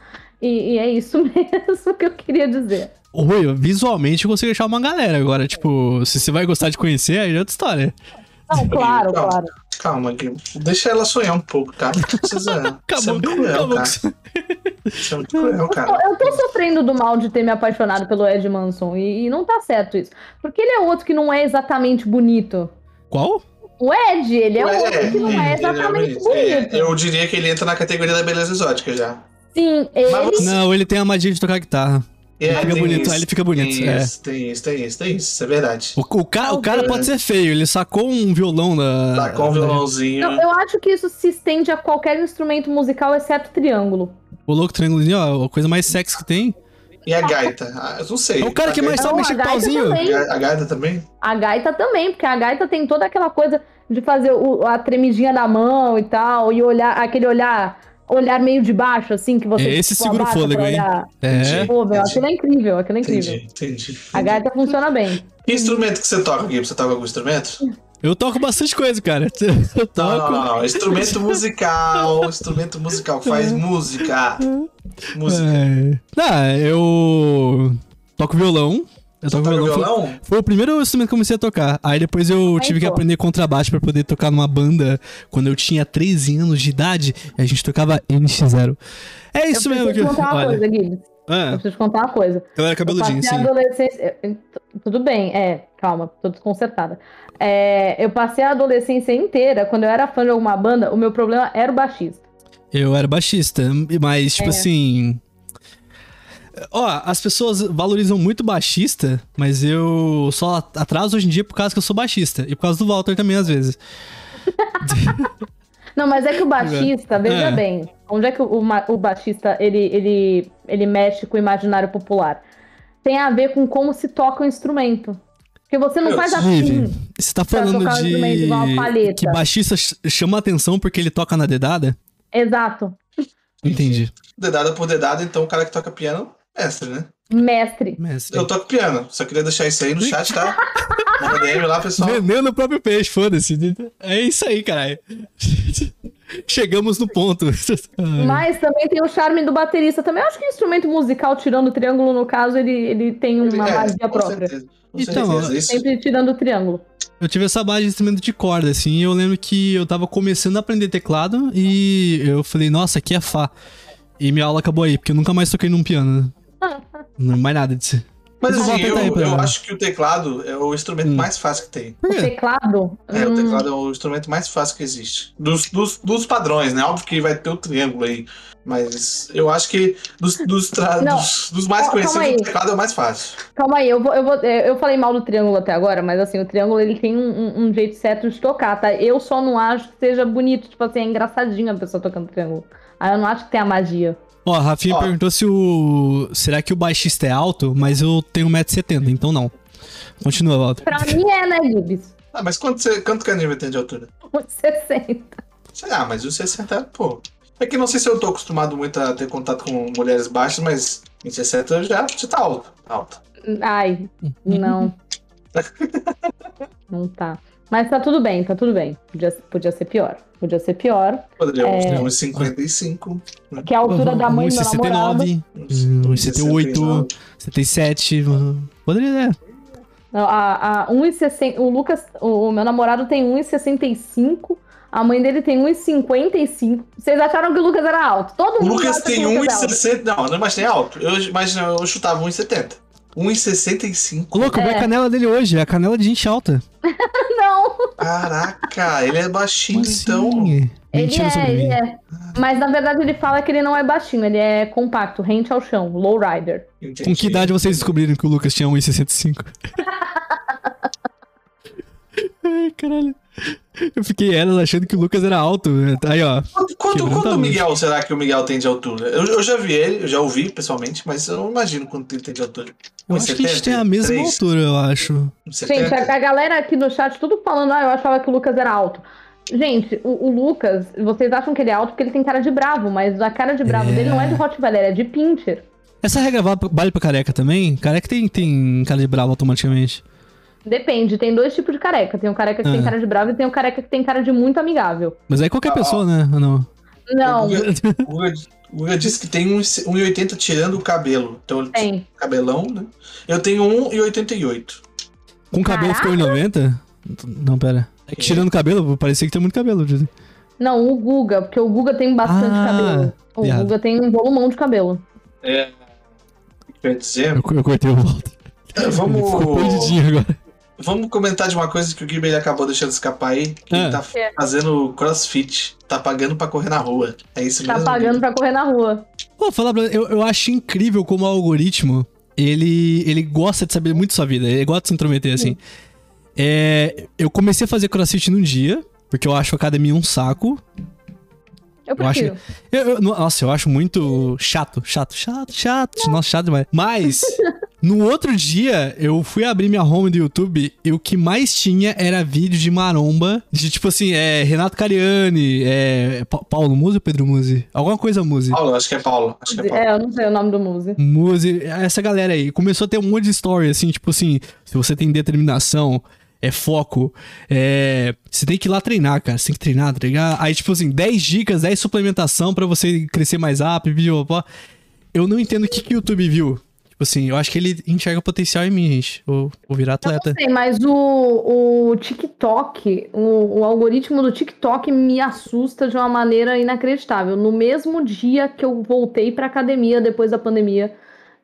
E, e é isso mesmo que eu queria dizer. Oi, visualmente eu consigo achar uma galera agora. Tipo, se você vai gostar de conhecer, aí é outra história. Não, claro, Não. claro. Calma, Gui. Deixa ela sonhar um pouco, cara. Não precisa. Isso é Acabou, muito cruel, acabou. cara. com- Isso é muito cruel, cara. Eu tô sofrendo do mal de ter me apaixonado pelo Ed Manson. E, e não tá certo isso. Porque ele é outro que não é exatamente bonito. Qual? O Ed, ele é Ué, outro que não ele é é exatamente bonito. É, bonito. eu diria que ele entra na categoria da beleza exótica já. Sim, ele. você- Não, ele tem a magia de tocar guitarra. É, Ele fica tem bonito, isso, aí ele fica bonito, Tem é. isso, tem isso, tem isso, tem isso. Isso é verdade. O, o ca- o cara Talvez. pode ser feio, ele sacou um violão da. Tá com o violãozinho. é. Não, eu acho que isso se estende a qualquer instrumento musical, exceto triângulo. O louco triângulo, ó, a coisa mais sexy que tem. E a gaita? Ah, eu não sei. É o cara A que mais gaita- sabe Não, mexer Então, a com o gaita pauzinho. também. A gaita também? A gaita também, porque a gaita tem toda aquela coisa de fazer o- a tremidinha da mão e tal, e olhar aquele olhar, olhar meio de baixo, assim, que você. É, esse tipo, segura o abaixa pra fôlego, hein? olhar. É. Pô, meu, Entendi. aquilo é incrível, aquilo é incrível. Entendi, entendi. A gaita funciona bem. Que instrumento que você toca, Gui? Você toca algum instrumento? Eu toco bastante coisa, cara. Eu Não, não, toco. não, não. Instrumento é musical. Instrumento musical. Uhum. Faz música. Música. É. Ah, eu toco violão. Eu Você toco toca violão. Foi- violão? Foi o primeiro instrumento que eu comecei a tocar. Aí depois eu tive que pô. aprender contrabaixo pra poder tocar numa banda quando eu tinha 13 anos de idade. E a gente tocava NX0. É isso eu preciso mesmo que te contar uma olha, coisa, Guilherme. Eu ah, preciso te contar uma coisa. eu era Eu cabeludinho, passei a sim. adolescência. eu- eu- Tudo bem, é, calma, tô desconcertada. É, eu passei a adolescência inteira, quando eu era fã de alguma banda, o meu problema era o baixista. Eu era baixista, mas É. tipo assim. Ó, as pessoas valorizam muito baixista, mas eu só atraso hoje em dia por causa que eu sou baixista. E por causa do Walter também, às vezes. Não, mas é que o baixista, veja É. bem, onde é que o, ma- o baixista ele, ele, ele mexe com o imaginário popular? Tem a ver com como se toca o instrumento. Porque você não É Eu faz assim. Vivi, você tá pra falando tocar um instrumento de igual uma palheta. que baixista ch- chama atenção porque ele toca na dedada? Exato. Entendi. Dedada por dedada, então o cara que toca piano, mestre, né? Mestre. Mestre. Eu toco piano. Só queria deixar isso aí no chat, tá? Manda DM lá, pessoal. Vendeu no próprio peixe, foda-se. É isso aí, caralho. Chegamos no ponto. Mas também tem o charme do baterista. Também Eu acho que o instrumento musical, tirando o triângulo, no caso, ele, ele tem uma É, magia com própria. certeza, com Então, certeza. Isso Sempre tirando o triângulo. Eu tive essa base de instrumento de corda, assim, e eu lembro que eu tava começando a aprender teclado e eu falei, nossa, aqui é Fá. E minha aula acabou aí, porque eu nunca mais toquei num piano. Não é mais nada disso. Mas Vou assim, eu, tentar aí pra- eu acho que o teclado é o instrumento Hum. mais fácil que tem. Por O quê? teclado. É, o hum, teclado é o instrumento mais fácil que existe. Dos, dos, dos padrões, né? Óbvio que vai ter o triângulo aí. Mas eu acho que dos, dos, tra- Não. dos, dos mais Calma conhecidos, aí. o teclado é o mais fácil. Calma aí, eu, vou, eu, vou, é, eu falei mal do triângulo até agora, mas assim, o triângulo ele tem um, um- um jeito certo de tocar, tá? Eu só não Ah, acho que seja bonito, tipo assim, é engraçadinho a pessoa tocando triângulo. Aí eu não acho que tem a magia. Ó, a Rafinha Ó. perguntou se o. Será que o baixista é alto? Mas eu tenho 1,70m, então não. Continua, Walter. Pra mim é, né, Gibbs? Ah, mas quanto, você, quanto que a nível tem de altura? 1,60. Sei lá, mas os 60, pô. É que não sei se eu tô acostumado muito a ter contato com mulheres baixas, mas em 60 eu já você tá alto. Alto. Ai, não. não tá. Mas tá tudo bem, tá tudo bem. Podia, podia ser pior. Podia ser pior. Poderia É. ter uns 55. Que é a Uhum. altura da Um mãe do meu namorado. 1,79m, uns Hum, 69. 77 hum, Poderia, né? Não, A, a 1,60 o Lucas, o, o meu namorado tem 1,65. A mãe dele tem 1,55. Vocês acharam que o Lucas era alto? Todo O mundo Lucas acha que tem o Lucas é alto. 1,60. Não, não imaginei alto. Eu imagino, eu chutava 1,70. 1,65. Ô, louco, vê É. a canela dele hoje. É a canela de gente alta. Não, Caraca, ele é baixinho, Como assim? então. ele Mentira é, sobre mim. ele é. Mas na verdade ele fala que ele não é baixinho, ele é compacto, rente ao chão, lowrider. Entendi. Com que idade vocês descobriram que o Lucas tinha 1,65? Ai, caralho. Eu fiquei ela achando que o Lucas era alto. né? Aí, ó. Quanto, quanto, Quebrando a quanto o luz. Miguel será que o Miguel tem de altura? Eu, eu já vi ele, eu já ouvi pessoalmente, mas eu não imagino quanto ele tem de altura. Eu acho que a gente tem a mesma 1,73? altura, eu acho. Gente, É. é a, a galera aqui no chat, tudo falando, ah, eu achava que o Lucas era alto. Gente, o, o Lucas, vocês acham que ele é alto porque ele tem cara de bravo, mas a cara de bravo É. dele não é de Rottweiler, é de Pinter. Essa regra va- vale pra careca também? Careca tem, tem cara de bravo automaticamente. Depende, tem dois tipos de careca. Tem o careca que Ah. tem cara de bravo e tem o careca que tem cara de muito amigável. Mas aí qualquer Ah, pessoa, né? Ah, Não. Não, É, O Guga, o Guga disse que tem 1,80 1,80 tirando o cabelo. Então ele tem tem. cabelão, né? Eu tenho 1,88. Com cabelo Caraca. ficou em 90? Não, pera. É que tirando cabelo, parecia que tem muito cabelo. Não, o Guga, porque o Guga tem bastante Ah, cabelo. O viado. Guga tem um volumão de cabelo. É. O que eu ia dizer? Eu, eu cortei o Walter. É, Ele Ficou Vamos, perdidinho agora. vamos comentar de uma coisa que o Guilherme acabou deixando escapar aí. Que É. ele tá É. fazendo crossfit. Tá pagando pra correr na rua. É isso Tá mesmo? pagando pra correr na rua. Pô, falar pra eu, eu acho incrível como o algoritmo, ele, ele gosta de saber muito da sua vida, ele gosta de se intrometer, assim. É, eu comecei a fazer crossfit num dia, porque eu acho a academia um saco. Eu Eu acho prefiro. Eu- eu- no- nossa, eu acho muito chato, chato, chato, chato. Nossa, chato demais. Mas, no outro dia, eu fui abrir minha home do YouTube e o que mais tinha era vídeo de maromba. De tipo assim, é Renato Cariani, é Pa- Paulo Muzi ou Pedro Muzi? Alguma coisa Muzi. Paulo, acho que é Paulo. Acho que é Paulo. É, eu não sei o nome do Muse. Muzi, essa galera aí. Começou a ter um monte de story, assim, tipo assim, se você tem determinação, é foco, é. Você tem que ir lá treinar, cara. Você tem que treinar, treinar. Aí, tipo assim, 10 dicas, 10 suplementação pra você crescer mais rápido, blá, blá, blá. Eu não entendo o que, que o YouTube viu. Tipo assim, eu acho que ele enxerga potencial em mim, gente. Vou, vou virar Eu não atleta. sei, mas o, o TikTok, o, o algoritmo do TikTok me assusta de uma maneira inacreditável. No mesmo dia que eu voltei pra academia depois da pandemia,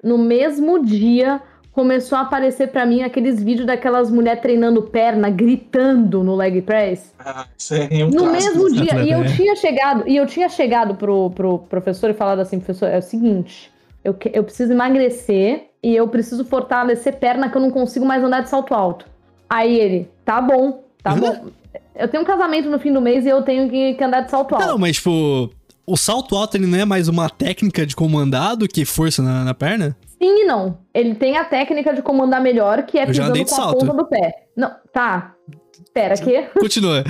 no mesmo dia começou a aparecer pra mim aqueles vídeos daquelas mulheres treinando perna, gritando no leg press. Ah, isso é um No clássico. mesmo dia, e eu Atleta, é. tinha chegado, e eu tinha chegado pro, pro professor e falado assim, professor, é o seguinte, eu, que- eu preciso emagrecer e eu preciso fortalecer perna que eu não consigo mais andar de salto alto. Aí ele, tá bom, tá bom. Eu tenho um casamento no fim do mês e eu tenho que, que andar de salto alto. Não, mas, tipo, o salto alto ele não é mais uma técnica de comandado que força na, na perna? Sim e não. Ele tem a técnica de comandar melhor, que é Eu já pisando andei de com a salto. ponta do pé. Não, tá. Pera, que? Continua.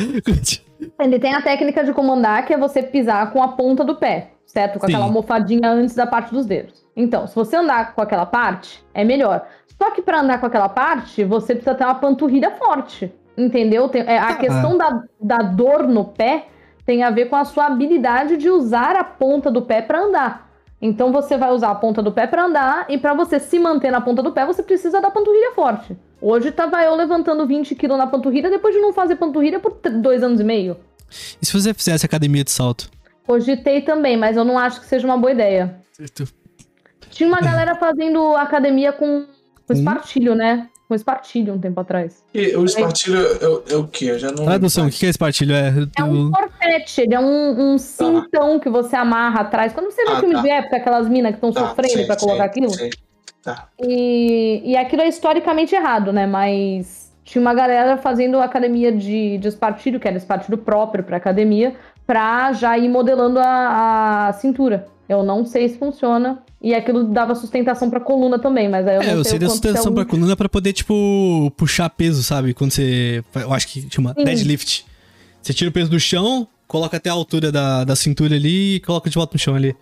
Ele tem a técnica de comandar, que é você pisar com a ponta do pé, certo? Com Sim. aquela almofadinha antes da parte dos dedos. Então, se você andar com aquela parte, é melhor. Só que pra andar com aquela parte, você precisa ter uma panturrilha forte, entendeu? Tem- é, a questão da, da dor no pé tem a ver com a sua habilidade de usar a ponta do pé pra andar. Então, você vai usar a ponta do pé pra andar e pra você se manter na ponta do pé, você precisa da panturrilha forte. Hoje tava eu levantando 20 kg na panturrilha depois de não fazer panturrilha por t- dois anos e meio. e se você fizesse academia de salto? Cogitei também, mas eu não acho que seja uma boa ideia. Tinha uma galera fazendo academia com, com espartilho, né? Com espartilho um tempo atrás. E o espartilho é, é o quê? Eu já não. Tradução, o que que é esse partilho? É, É um do- corpete, ele é um, um cintão que você amarra atrás. Quando você vê Tá. Ah, filme tá. de época, aquelas minas que estão Tá, sofrendo sei, um pra colocar sei, aquilo. sei. E, e aquilo é historicamente errado, né? Mas tinha uma galera fazendo academia de, de espartilho, que era espartilho próprio pra academia, pra já ir modelando a, a cintura. Eu não sei se funciona. E aquilo dava sustentação pra coluna também, mas aí eu É, não eu sei o da quanto isso é sustentação pra útil. coluna pra poder, tipo, puxar peso, sabe? Quando você. faz- Eu acho que chama Sim. deadlift. Você tira o peso do chão, coloca até a altura da, da cintura ali e coloca de volta no chão ali.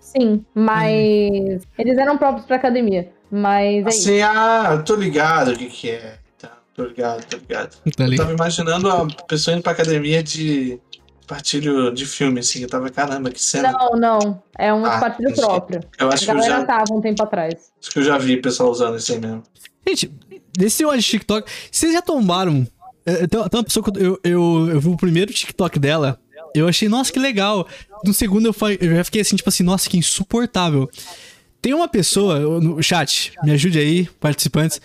Sim, mas Uhum. eles eram próprios pra academia. Mas é isso. Assim, ah, eu tô ligado o que que é. Tá, tô ligado, tô ligado. Tá Eu ali. tava imaginando a pessoa indo pra academia de partilho de filme, assim. Eu tava, caramba, que cena. Não, não. É um Ah, partido entendi. próprio. Eu A acho que eu, galera já, tava um tempo atrás. acho que eu já vi pessoal usando isso aí mesmo. Gente, desse hoje TikTok. Vocês já tombaram. é, Tem uma tem uma pessoa que eu, eu, eu vi o primeiro TikTok dela. Eu achei, nossa, que legal. No segundo eu, fa- eu já fiquei assim, tipo assim, nossa, que insuportável. Tem uma pessoa, eu- no chat, me ajude aí, participantes.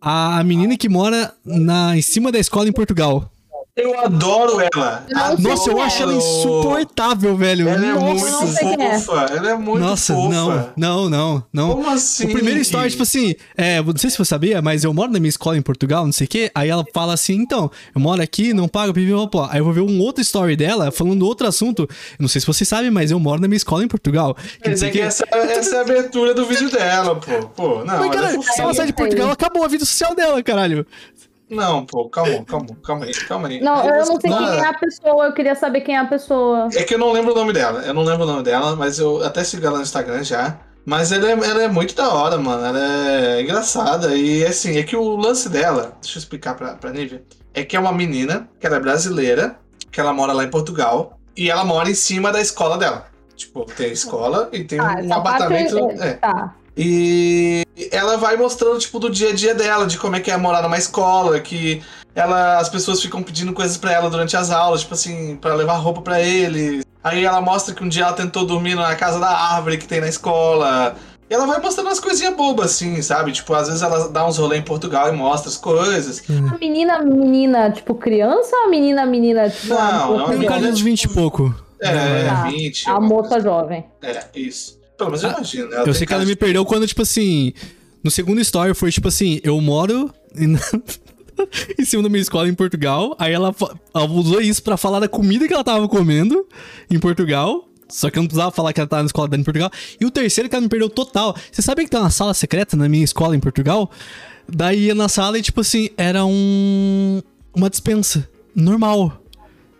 A menina que mora na, em cima da escola em Portugal. Eu adoro ela. Não Nossa, sei eu quem é. acho ela Adoro. insuportável, velho. Ela é nossa, não muito sei quem é. fofa. Ela é muito nossa fofa. não, não, não, não. Como assim? O primeiro story, tipo assim, é, não sei se você sabia, mas eu moro na minha escola em Portugal, não sei o quê. Aí ela fala assim, então, eu moro aqui, não pago, pipi, pô. Aí eu vou ver um outro story dela falando outro assunto. Eu Não sei se você sabe, mas eu moro na minha escola em Portugal. Que não Mas sei é o que quê. essa, essa é a abertura do vídeo dela, pô. Pô, não, Mas, ela é cara, se ela fofinha. sair de Portugal, acabou a vida social dela, caralho. Não, pô, calma, calma, calma aí, calma aí. Não, eu não sei Ah, quem é a pessoa, eu queria saber quem é a pessoa. É que eu não lembro o nome dela. Eu não lembro o nome dela, mas eu até sigo ela no Instagram já. Mas ela é, ela é muito da hora, mano. Ela é engraçada. E assim, é que o lance dela, deixa eu explicar pra, pra Nívia, é que é uma menina que ela é brasileira, que ela mora lá em Portugal, e ela mora em cima da escola dela. Tipo, tem a escola e tem Ah, um essa parte apartamento. eu- é. Tá. E ela vai mostrando, tipo, do dia a dia dela, de como é que é morar numa escola, que ela, as pessoas ficam pedindo coisas pra ela durante as aulas, tipo assim, pra levar roupa pra eles. Aí ela mostra que um dia ela tentou dormir na casa da árvore que tem na escola. E ela vai mostrando umas coisinhas bobas, assim, sabe? Tipo, às vezes ela dá uns rolê em Portugal e mostra as coisas. Hum. A menina, menina, tipo, criança ou a menina, menina, tipo. Não, uma- não, Tem um menina, cara de uns tipo, 20 e pouco. É, Ah, 20. A moça jovem. É, isso. Pelo menos eu imagino. né? Eu sei que ela me perdeu quando, tipo assim, no segundo story foi tipo assim, eu moro em, em cima da minha escola em Portugal. Aí ela, fa- ela usou isso pra falar da comida que ela tava comendo em Portugal. Só que eu não precisava falar que ela tava na escola dela em Portugal. E o terceiro que ela me perdeu total. Você sabe que tem uma sala secreta na minha escola em Portugal? Daí ia na sala e, tipo assim, era um. uma dispensa. Normal.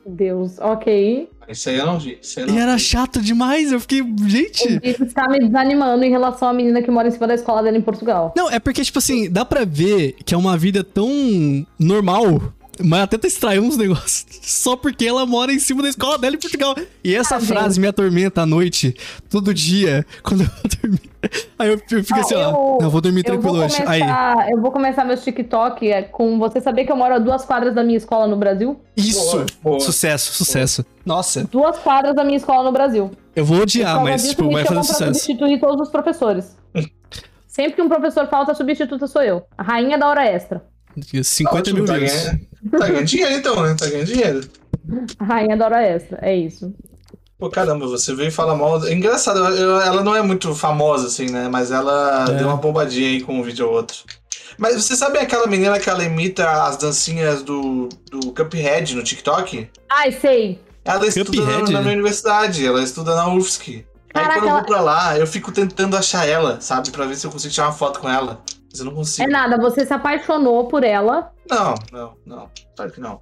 Deus, ok. Isso aí eu não vi. Isso aí eu não E era vi. chato demais. Eu fiquei. Gente. O Diego está me desanimando em relação à menina que mora em cima da escola dela em Portugal. Não, é porque, tipo assim, dá pra ver que é uma vida tão normal, mas até tá extraindo uns negócios só porque ela mora em cima da escola dela em Portugal. E essa Ah, frase me atormenta à noite, todo dia, quando eu vou dormir. Aí eu, eu fico Não, assim, ó, Ah, eu- não, eu vou dormir tranquilo eu vou hoje. Aí, começar, Eu vou começar meus TikTok é, com você saber que eu moro a duas quadras da minha escola no Brasil. isso, Boa, boa. sucesso, sucesso. Nossa, Duas quadras da minha escola no Brasil. eu vou Por odiar, causa mas, disso, tipo, me vai chamam fazer pra sucesso. substituir todos os professores. Sempre que um professor falta, a substituta sou eu. A rainha da hora extra. 50 mil tá views. ganhando, tá ganhando dinheiro então, né? Tá ganhando dinheiro. A rainha da hora extra, é isso. Pô, caramba, você veio falar mal. É engraçado, eu- eu- ela não é muito famosa, assim, né? Mas ela É. deu uma bombadinha aí com um vídeo ou outro. Mas você sabe aquela menina que ela imita as dancinhas do, do Cuphead no TikTok? Ai, sei. Ela estuda na, Cuphead? na minha universidade, ela estuda na UFSC. Aí Caraca, quando eu ela- vou pra lá, eu fico tentando achar ela, sabe? Pra ver se eu consigo tirar uma foto com ela. Mas eu não É consigo. nada, você se apaixonou por ela. Não, não, não. Claro que não.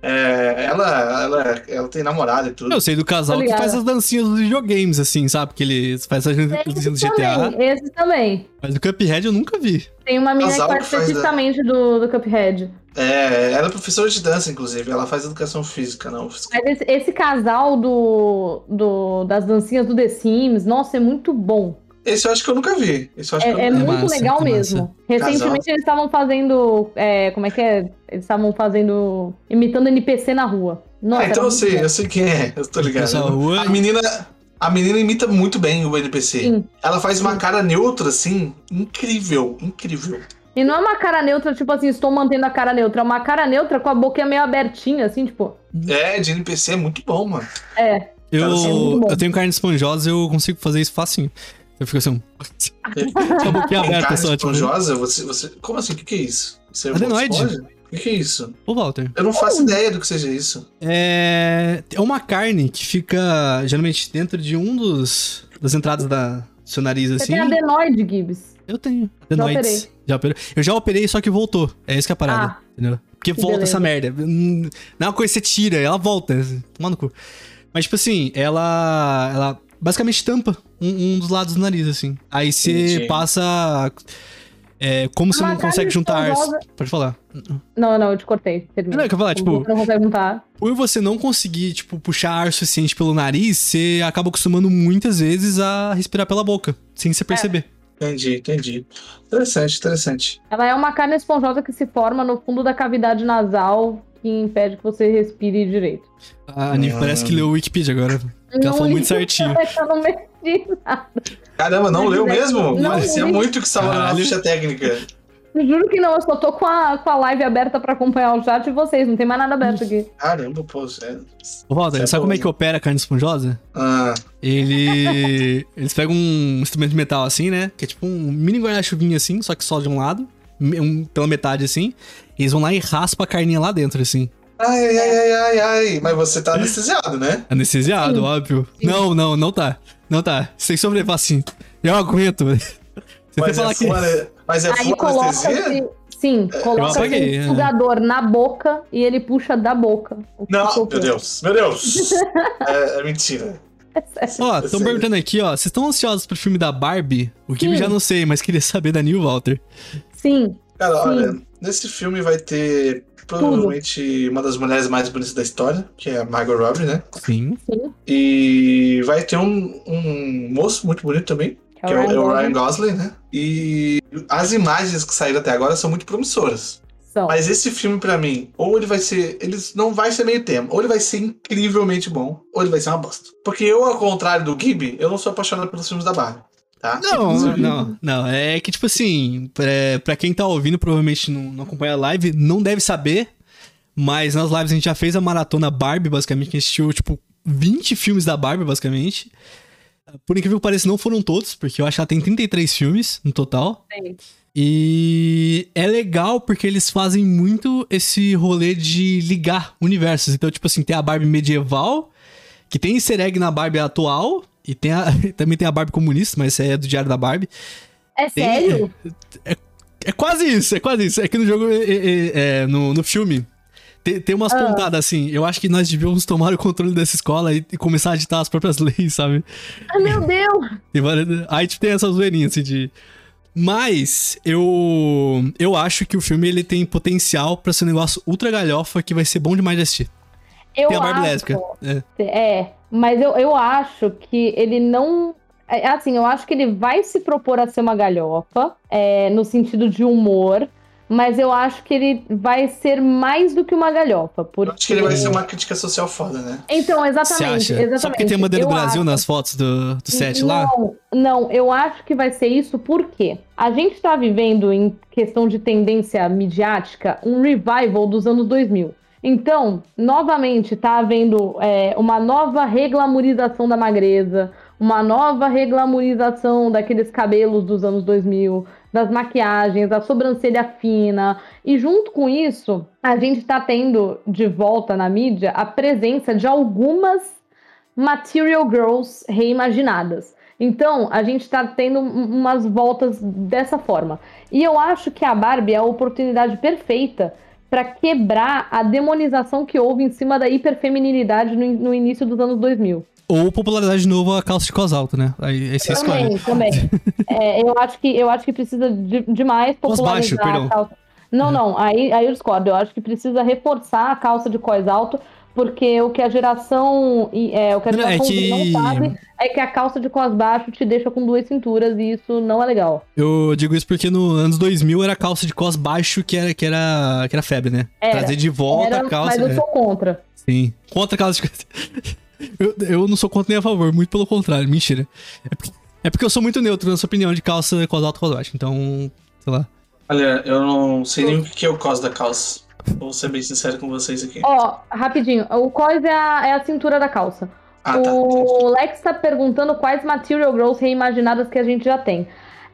É, ela, ela, ela tem namorada e tudo. Eu sei do casal Tô que ligada. faz as dancinhas dos videogames, assim, sabe? Que eles fazem as dancinhas do Esses GTA. também, esses também. Mas do Cuphead eu nunca vi. Tem uma menina que Casal faz que faz, especificamente do, do Cuphead. É, ela é professora de dança, inclusive. Ela faz educação física na UFSC. Mas esse, esse casal do, do- das dancinhas do The Sims, nossa, é muito bom. Esse eu acho que eu nunca vi. Esse eu acho que eu É, é nunca vi. muito massa, legal é mesmo. Recentemente Casal. eles estavam fazendo. é, como é que é? Eles estavam fazendo. imitando NPC na rua. Nossa, Ah, então era eu muito sei, bom. eu sei quem é. Eu tô ligado. Pessoal, rua- A menina. A menina imita muito bem o NPC. Sim. Ela faz uma cara neutra, assim, incrível, incrível. E não é uma cara neutra, tipo assim, estou mantendo a cara neutra. É uma cara neutra com a boquinha meio abertinha, assim, tipo. É, de NPC é muito bom, mano. É. Eu, Cara, isso é muito bom. eu tenho carne esponjosa, eu consigo fazer isso facinho. Eu fico assim, com a boquinha É, Tem aberta carne só, tipo. esponjosa, você, você. Como assim? O que, que é isso? Você é Adenoide. esponja? O que, que é isso? Ô, Walter, Eu não faço Uhum. ideia do que seja isso. é... é uma carne que fica geralmente dentro de um dos das entradas da, do seu nariz, Você assim. tem adenoide, Gibbs. Eu tenho. Adenoides. Já operei. Eu já operei, só que voltou. É isso que é a parada. Ah, entendeu? Porque que volta beleza. essa merda. Hum, Não é uma coisa que você tira, ela volta. Toma no cu. Mas, tipo assim, ela. Ela basicamente tampa um, um dos lados do nariz, assim. Aí você Entendi. passa. é, como você Uma não consegue carne juntar. ar- esponjosa. Pode falar. Não, não, eu te cortei. Termina. Não, é que eu ia falar, tipo, Você não consegue juntar. por você não conseguir, tipo, puxar ar suficiente pelo nariz, você acaba acostumando muitas vezes a respirar pela boca, sem É. você perceber. Entendi, entendi. Interessante, interessante. Ela é uma carne esponjosa que se forma no fundo da cavidade nasal que impede que você respire direito. A Nive Ah, parece Ah. que leu o Wikipedia agora. Porque ela falou muito certinho. Eu não mexi nada. Caramba, não Não, leu não, mesmo? não Parecia li. muito que estava na Caralho. ficha técnica. Juro que não, eu só tô com a, com a live aberta pra acompanhar o chat e vocês, não tem mais nada aberto aqui. Caramba, pô, sério. Ô, Walter, Isso é sabe bom, como é né? que opera a carne esponjosa? Ah, Ele. Eles pegam um instrumento de metal assim, né? Que é tipo um mini guarda-chuvinho assim, só que só de um lado. me- um- pela metade assim. E eles vão lá e raspam a carninha lá dentro, assim. ai, ai, ai, ai, ai. Mas você tá anestesiado, né? Anestesiado, óbvio. Não, não, não tá. Não tá. Sem sobreviver assim. Eu aguento. Você vai Mas é, falar que. full ane- mas é Aí full anestesia? coloca-se. Sim, coloca apaguei, né? um sugador na boca e ele puxa da boca. O que Não, soprou. meu Deus, meu Deus. é, é mentira. Ó, estão Sim. perguntando aqui, ó. Vocês estão ansiosos pro filme da Barbie? O que eu Sim. já não sei, mas queria saber da New Walter. Sim, Cara, Sim. olha, nesse filme vai ter provavelmente uma das mulheres mais bonitas da história, que é a Margot Robbie, né? Sim. E vai ter um, um moço muito bonito também, que que é o, é o Ryan Gosling. Ryan Gosling, né? E as imagens que saíram até agora são muito promissoras. São. Mas esse filme, pra mim, ou ele vai ser. Ele não vai ser meio termo. Ou ele vai ser incrivelmente bom, ou ele vai ser uma bosta. Porque eu, ao contrário do Gibi, eu não sou apaixonado pelos filmes da Barbie. Tá? Não, Inclusive, não, não. É que, tipo assim, pra, pra quem tá ouvindo, provavelmente não, não acompanha a live, não deve saber. Mas nas lives a gente já fez a maratona Barbie, basicamente, que a gente assistiu, tipo, 20 filmes da Barbie, basicamente. Por incrível que pareça, não foram todos, porque eu acho que ela tem 33 filmes no total. Tem. E é legal porque eles fazem muito esse rolê de ligar universos. Então, tipo assim, tem a Barbie medieval, que tem easter egg na Barbie atual, e tem a- também tem a Barbie comunista, mas isso aí é do Diário da Barbie. É Tem- sério? É quase isso, é quase isso. É que no jogo, é- é- é- no, no filme, tem, tem umas pontadas assim. Eu acho que nós devíamos tomar o controle dessa escola e, e começar a ditar as próprias leis, sabe? Ah, meu Deus! Tem várias- Aí, tipo, tem essas zoeirinhas, assim, de... Mas, eu... Eu acho que o filme, ele tem potencial pra ser um negócio ultra galhofa que vai ser bom demais de assistir. Eu tem a Barbie acho- lésbica. É. É, mas eu, eu acho que ele não. é, Assim, eu acho que ele vai se propor a ser uma galhofa, é, no sentido de humor, mas eu acho que ele vai ser mais do que uma galhofa. Porque... eu Acho que ele vai ser um uma crítica social foda, né? Então, Você exatamente. acha? exatamente. Só porque tem a bandeira Eu do Brasil né? acho. nas fotos do, do set lá? Não, não, eu acho que vai ser isso porque a gente tá vivendo, em questão de tendência midiática, um revival dos anos 2000. Então, novamente, tá havendo é, uma nova reglamorização da magreza, uma nova reglamorização daqueles cabelos dos anos 2000, das maquiagens, da sobrancelha fina. E junto com isso, a gente tá tendo de volta na mídia a presença de algumas Material Girls reimaginadas. Então, a gente tá tendo um- umas voltas dessa forma. E eu acho que a Barbie é a oportunidade perfeita para quebrar a demonização que houve em cima da hiperfeminilidade no, in- no início dos anos 2000. Ou popularidade de novo a calça de cos alto, né? Aí, aí você escolhe. Também, também. É, eu, acho que, eu acho que precisa de, de mais Cos baixo, popularizar perdão. Hum. a calça. Não, não, aí, aí eu discordo. Eu acho que precisa reforçar a calça de cós alto, porque o que a geração. e, É, o que a Não, é geração que- não sabe é que a calça de cós baixo te deixa com duas cinturas e isso não é legal. Eu digo isso porque nos anos 2000 era calça de cos baixo que era, que era, que era febre, né? Era, Trazer de volta Era- a calça... mas eu é. sou contra. Sim. Contra caso de. Eu, eu não sou contra nem a favor, muito pelo contrário, mentira. É porque, é porque eu sou muito neutro na sua opinião de calça com as altas com as baixas, então. Sei lá. Olha, eu não sei nem o que é o cos da calça. Vou ser bem sincero com vocês aqui. Ó, rapidinho, o cós é a, é a cintura da calça. Ah, tá. o Lex tá perguntando quais Material Girls reimaginadas que a gente já tem.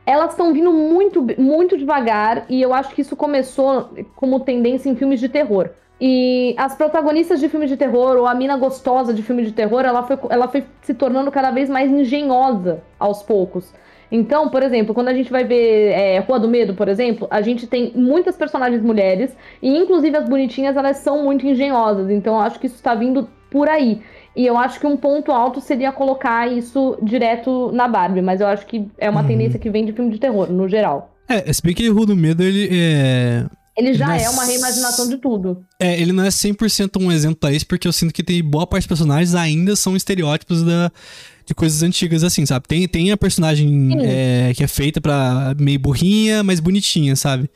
Elas estão vindo muito, muito devagar e eu acho que isso começou como tendência em filmes de terror. E as protagonistas de filme de terror, ou a mina gostosa de filme de terror, ela foi, ela foi se tornando cada vez mais engenhosa aos poucos. Então, por exemplo, quando a gente vai ver é, Rua do Medo, por exemplo, a gente tem muitas personagens mulheres, e inclusive as bonitinhas, elas são muito engenhosas. Então, eu acho que isso está vindo por aí. E eu acho que um ponto alto seria colocar isso direto na Barbie, mas eu acho que é uma uhum. tendência que vem de filme de terror, no geral. É, se bem que Rua do Medo, ele é... Ele já é, é uma reimaginação de tudo. É, ele não é 100% um exemplo pra isso, porque eu sinto que tem boa parte dos personagens ainda são estereótipos da, de coisas antigas, assim, sabe? Tem, tem a personagem é, que é feita pra meio burrinha, mas bonitinha, sabe?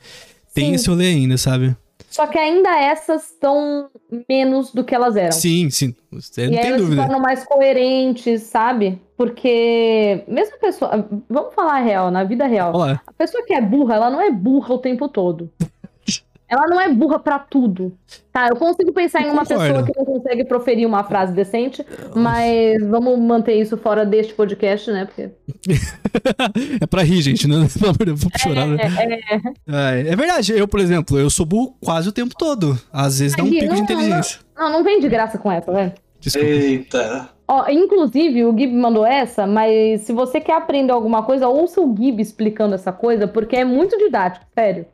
Tem Sim. esse rolê ainda, sabe? Só que ainda essas estão menos do que elas eram. Sim, sim. Você Então. e não aí tem elas se dúvida. tornam mais coerentes, sabe? Porque mesmo a pessoa. Vamos falar a real, na vida real. Olha lá. A pessoa que é burra, ela não é burra o tempo todo. Ela não é burra pra tudo. Tá, eu consigo pensar Eu em uma concordo. pessoa que não consegue proferir uma frase decente, mas vamos manter isso fora deste podcast, né? Porque é pra rir, gente, né? Pelo amor de Deus, vou chorar, né? é, é, Ai, É, verdade, eu, por exemplo, eu sou burro quase o tempo todo. Às vezes dá um Aqui, pico de não, inteligência. não, não vem de graça com essa, velho. É. Desculpa. Eita. Ó, inclusive, o Gib mandou essa, mas se você quer aprender alguma coisa, ouça o Gib explicando essa coisa, porque é muito didático, sério.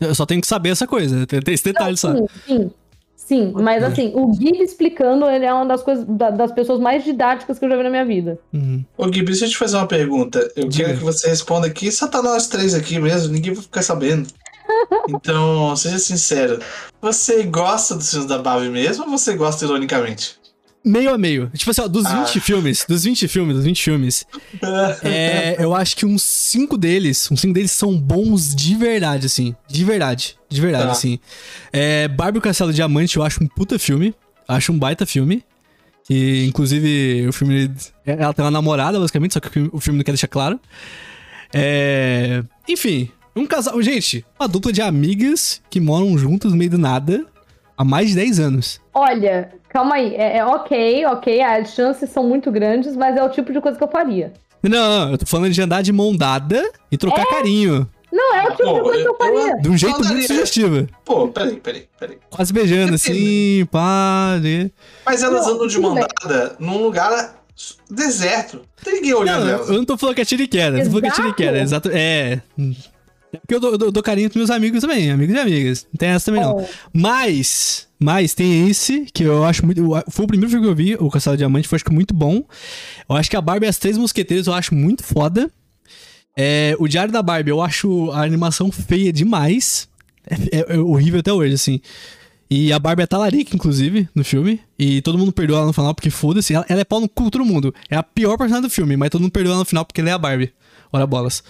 Eu só tenho que saber essa coisa. Tem, tem esse detalhe, Tá, sabe? Sim, sim. Sim, mas assim, o Gib explicando, ele é uma das coisas da- das pessoas mais didáticas que eu já vi na minha vida. Uhum. Ô Gui, deixa eu te fazer uma pergunta. Eu Diga. quero que você responda aqui, só tá nós três aqui mesmo, ninguém vai ficar sabendo. Então, seja sincero. Você gosta dos filmes da Barbie mesmo ou você gosta ironicamente? Meio a meio. Tipo assim, ó, dos Ah. 20 filmes, dos 20 filmes, dos 20 filmes, é, eu acho que uns 5 deles, uns 5 deles são bons de verdade, assim. De verdade, de verdade, Tá. assim. É, Barbie e o Castelo Diamante eu acho um puta filme. Acho um baita filme. E, inclusive, o filme. Ela tem uma namorada, basicamente, só que o filme- o filme não quer deixar claro. É. Enfim, um casal. Gente, uma dupla de amigas que moram juntas no meio do nada há mais de 10 anos. Olha, calma aí, é, é ok, ok, as chances são muito grandes, mas é o tipo de coisa que eu faria. Não, não, eu tô falando de andar de mão dada e trocar carinho. Não, é o tipo de Pô, coisa que eu eu- eu- faria. De um jeito Não, muito Daniel. sugestivo. Pô, peraí, peraí, peraí. Quase beijando, assim, pá. né? Mas elas Não, andam de tudo mão bem. dada num lugar deserto. Não Tem ninguém olhando Não, eu elas. eu não tô falando que é tiriquera. Eu tô falando que é Exato. tiriquera, exato. É. É Porque eu dou, eu dou- eu dou carinho pros meus amigos também, amigos e amigas. Não tem essa também, não. Bom, Mas, mas tem esse, que eu acho muito. eu- Foi o primeiro filme que eu vi, o Castelo Diamante, foi acho que muito bom. Eu acho que a Barbie e as Três Mosqueteiros eu acho muito foda. É, o Diário da Barbie, eu acho a animação feia demais. É, é- é horrível até hoje, assim. E a Barbie é talarica, inclusive, no filme. E todo mundo perdoa ela no final, porque foda-se. Ela, ela é pau no cu de todo mundo. É a pior personagem do filme, mas todo mundo perdoa ela no final porque ela é a Barbie. Ora bolas.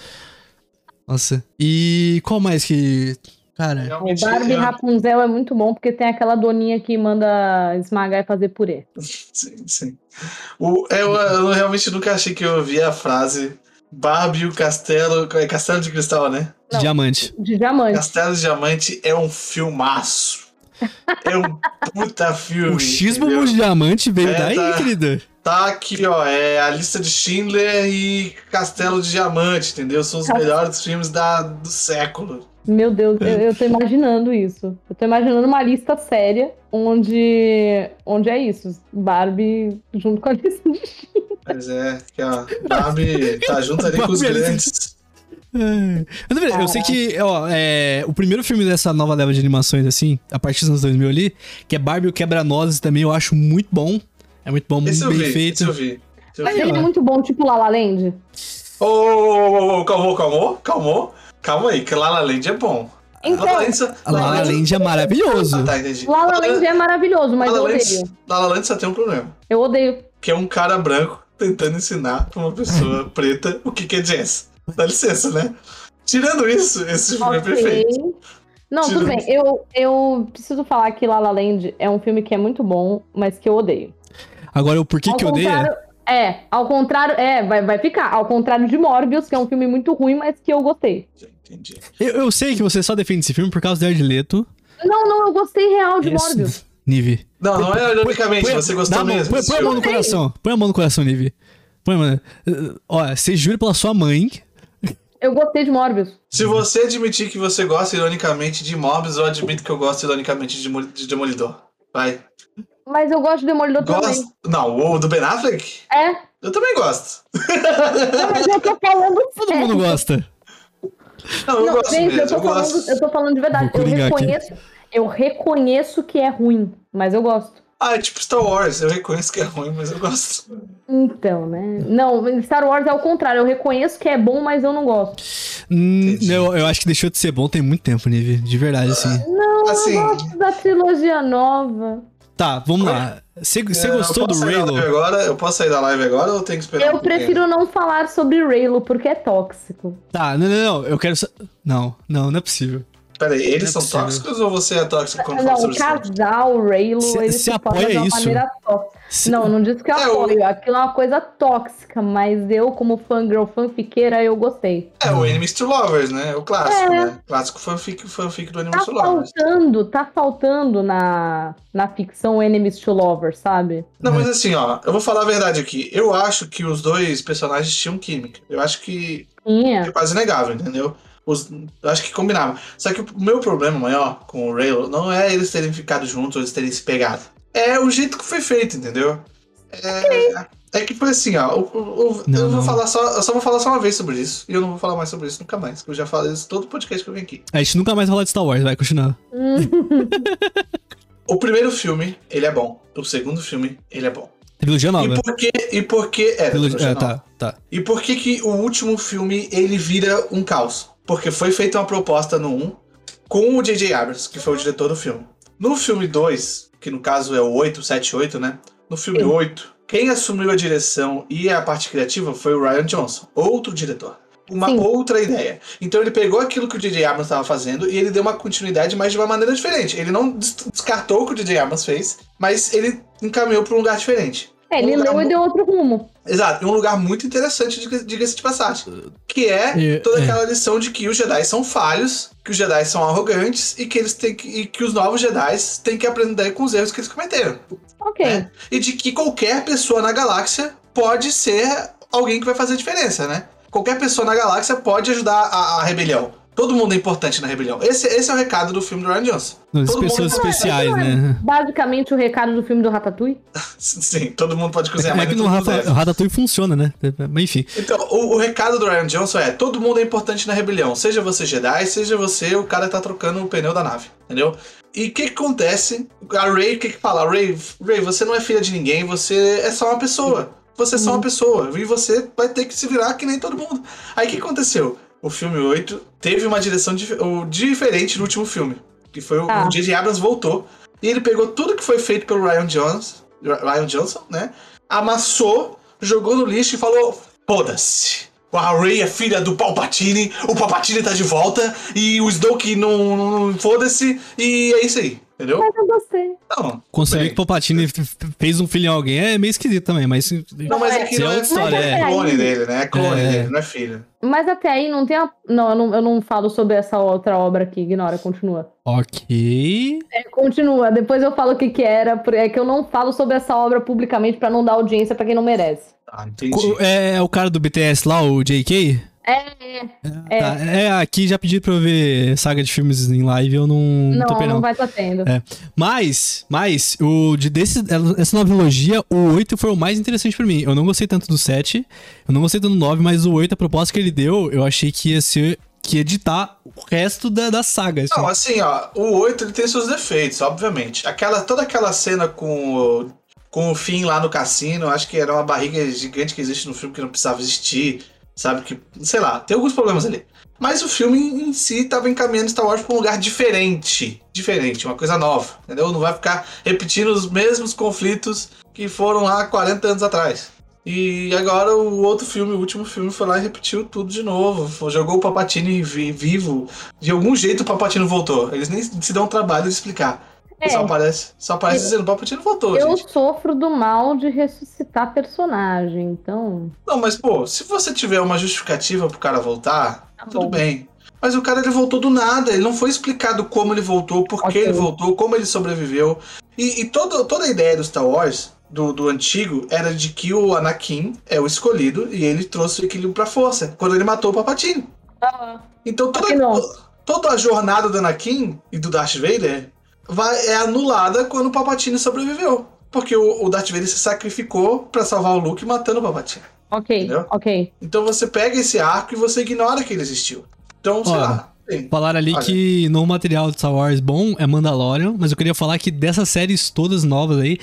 Nossa. E qual mais que. Cara. Realmente, Barbie eu- Rapunzel é muito bom porque tem aquela doninha que manda esmagar e fazer purê. Sim, sim. O, eu, eu realmente nunca achei que eu ouvi a frase Barbie e o Castelo. É Castelo de Cristal, né? De Não. diamante. De diamante. Castelo de Diamante é um filmaço. É um puta filme. O Xismo entendeu? de Diamante veio É, daí, tá. querida. Tá aqui, ó. É a lista de Schindler e Castelo de Diamante, entendeu? São os Tá. melhores filmes da, do século. Meu Deus, eu, eu tô imaginando isso. Eu tô imaginando uma lista séria onde, onde é isso. Barbie junto com a lista de Mas é, que a Barbie tá junto ali com os Barbie, grandes. É. Mas, na verdade, Eu sei que, ó, é, o primeiro filme dessa nova leva de animações, assim, a partir dos anos 2000 ali, que é Barbie e o Quebra-Nozes também, eu acho muito bom. É muito bom, muito Esse eu bem vi, feito. esse eu vi. Esse eu Mas vi. Aí, ele ó. é muito bom, tipo La La Land. Ô, ô, ô, ô, ô, calmou, calmou, calmou. Calma aí, que Lala Land é bom. Então, Lala Land, só- A La La Land é maravilhoso. Ah, tá, entendi. La La Land é maravilhoso, mas Lala eu Land- odeio. Lala Land só tem um problema. Eu odeio. que é um cara branco tentando ensinar pra uma pessoa preta o que, que é jazz. Dá licença, né? Tirando isso, esse filme é Ok. perfeito. Não, tudo bem. Eu, eu preciso falar que La La Land é um filme que é muito bom, mas que eu odeio. Agora, o porquê Ao que eu odeio é... contrário- É, ao contrário, é, vai, vai ficar. Ao contrário de Morbius, que é um filme muito ruim, mas que eu gostei. Entendi. Eu, eu sei que você só defende esse filme por causa do Jared Leto. Não, não, eu gostei real de Esse- Morbius. Nive. Não, não é ironicamente, Põe- você gostou dá a mão- mesmo. Põe, desse põe a mão no filme. coração. Põe a mão no coração, Nive. Põe a mão. Olha, você jura pela sua mãe Eu gostei de Morbius. Se você admitir que você gosta ironicamente de Morbius, eu admito que eu gosto ironicamente de, Demol- de Demolidor. Vai. Mas eu gosto de Demolidor também. Gosto. Não, o do Ben Affleck? É? Eu também gosto. Não, mas eu tô falando Todo mundo É. gosta. Não, eu Não, gosto gente, mesmo. eu tô, Eu falando, gosto. eu tô falando de verdade. Vou Eu coringar aqui. reconheço, eu reconheço que é ruim, mas eu gosto. Ah, é tipo Star Wars. Eu reconheço que é ruim, mas eu gosto. Então, né? Não, Star Wars é o contrário. Eu reconheço que é bom, mas eu não gosto. Hum, Entendi. eu, eu acho que deixou de ser bom tem muito tempo, Nive. De verdade, assim. Assim. Da trilogia nova. Tá, vamos lá. Você você eu gostou do É, posso sair da live Raylo? agora? Eu posso sair da live agora ou eu tenho que esperar? um Eu pouquinho? prefiro não falar sobre Raylo, porque é tóxico. Tá, não, não, não. Eu quero. sa- Não, não, não é possível. Pera aí, eles é são possível. tóxicos ou você é tóxico quando fala Ah, Não, sobre o isso? casal Raylo, Se- ele se se forma apoia de uma isso. maneira tóxica. Se- Não, não disse que eu É, eu- apoio. Aquilo é uma coisa tóxica, mas eu, como fangirl fanfiqueira, eu gostei. É o Enemies to Lovers, né? O clássico, É. né? O clássico fanfic, fanfic do Tá Enemies to Lovers. faltando, tá faltando na, na ficção Enemies to Lovers, sabe? Não, É. mas assim, ó, eu vou falar a verdade aqui. Eu acho que os dois personagens tinham química. Eu acho que Sim, é. é quase negável, entendeu? Os- eu acho que combinavam. Só que o meu problema maior com o Rail não é eles terem ficado juntos ou eles terem se pegado. É o jeito que foi feito, entendeu? É, é que foi assim, ó. o- o- o- Não, eu, vou não. falar só, eu só vou falar só uma vez sobre isso. E eu não vou falar mais sobre isso nunca mais. Porque eu já falei isso todo podcast que eu vim aqui. A gente nunca mais vai falar de Star Wars, vai continuar. Hum, O primeiro filme, ele é bom. O segundo filme, ele é bom. Trilogia nova. E por que. E por que. É, Trilogia... trilogia É, nova. tá, tá. E por que que o último filme ele vira um caos? Porque foi feita uma proposta no 1 com o J.J. Abrams, que Uhum. foi o diretor do filme. No filme 2, que no caso é o 8, 7, 8, né? No filme Sim. 8, quem assumiu a direção e a parte criativa foi o Ryan Johnson, outro diretor. Uma Sim. outra ideia. Então ele pegou aquilo que o J.J. Abrams estava fazendo e ele deu uma continuidade, mas de uma maneira diferente. Ele não des- descartou o que o J.J. Abrams fez, mas ele encaminhou para um lugar diferente. É, ele leu e deu outro rumo. Exato, e um lugar muito interessante, diga- diga-se de passagem. Que é E- toda é. aquela lição de que os Jedi são falhos, que os Jedi são arrogantes e que eles têm que, e que os novos Jedi têm que aprender com os erros que eles cometeram. Ok. É. E de que qualquer pessoa na galáxia pode ser alguém que vai fazer diferença, né? Qualquer pessoa na galáxia pode ajudar a, a rebelião. Todo mundo é importante na rebelião. Esse, esse é o recado do filme do Ryan Johnson. Não, as Todo mundo pessoas vai- especiais, né? Basicamente o recado do filme do Ratatouille. Sim, todo mundo pode cozinhar, É mas que nem no todo mundo Rafa, deve. Ratatouille funciona, né? Mas enfim. Então, o, o recado do Ryan Johnson é: todo mundo é importante na rebelião, seja você Jedi, seja você o cara que tá trocando o pneu da nave, entendeu? E o que, que acontece? A Rey, o que, que fala? Rey, Rey, você não é filha de ninguém, você é só uma pessoa. Você é só uma pessoa. E você vai ter que se virar que nem todo mundo. Aí o que aconteceu? O filme 8 teve uma direção dif- o- diferente do último filme. Que foi o- Tá. o J.J. Abrams voltou. E ele pegou tudo que foi feito pelo Ryan Jones, Ryan Johnson, né? Amassou, jogou no lixo e falou: Foda-se. A Ray é filha do Palpatine, o Palpatine tá de volta, e o Snoke não, não, não- foda-se, e é isso aí, entendeu? Mas eu gostei. Não. Conseguir bem. que o Palpatine f- f- fez um filho em alguém é meio esquisito também, mas. Não, mas é Isso que não é é, outra história, é é. clone dele, né? É clone É. dele, não é filho. Mas até aí não tem a... Não eu, não, eu não falo sobre essa outra obra aqui. Ignora, continua. Ok. É, continua, depois eu falo o que que era. por- É que eu não falo sobre essa obra publicamente pra não dar audiência pra quem não merece. Ah, entendi. Co- É, é o cara do BTS lá, o JK? É, É, tá. é aqui já pedi pra eu ver saga de filmes em live, eu Hum, não, não, tô não, penando. vai estar tendo. É. Mas, mas, o de desse, essa nova trilogia, o 8 foi o mais interessante pra mim. Eu não gostei tanto do 7, eu não gostei tanto do 9, mas o 8, a proposta que ele deu, eu achei que ia ser. que ia editar o resto da, da saga. assim. Não, assim, ó, o 8 ele tem seus defeitos, obviamente. Aquela, toda aquela cena com o, com o Finn lá no cassino, acho que era uma barriga gigante que existe no filme que não precisava existir, sabe? Que, sei lá, tem alguns problemas ali. Mas o filme em si tava encaminhando Star Wars pra um lugar diferente. Diferente, uma coisa nova, entendeu? Não vai ficar repetindo os mesmos conflitos que foram lá 40 anos atrás. E agora o outro filme, o último filme, foi lá e repetiu tudo de novo. Jogou o Papatini vi- vivo, de algum jeito o Palpatino voltou. Eles nem se dão o trabalho de explicar. É, Só aparece, só aparece dizendo, o Palpatino voltou, eu gente. sofro do mal de ressuscitar personagem, então. Não, mas pô, se você tiver uma justificativa pro cara voltar, Tá tudo bom. bem. Mas o cara ele voltou do nada, ele não foi explicado como ele voltou, por que Ok. ele voltou, como ele sobreviveu. E, e todo, toda a ideia do Star Wars, do, do antigo, era de que o Anakin é o escolhido e ele trouxe o equilíbrio pra força, quando ele matou o Palpatino. Aham. Então toda, que não. to- toda a jornada do Anakin e do Darth Vader vai, é anulada quando o Palpatine sobreviveu. Porque o, o Darth Vader se sacrificou pra salvar o Luke matando o Palpatine. Ok, Entendeu? ok. Então você pega esse arco e você ignora que ele existiu. Então, sei Olha. lá. Sim. Falaram ali Olha. que no material de Star Wars bom é Mandalorian, mas eu queria falar que dessas séries todas novas aí,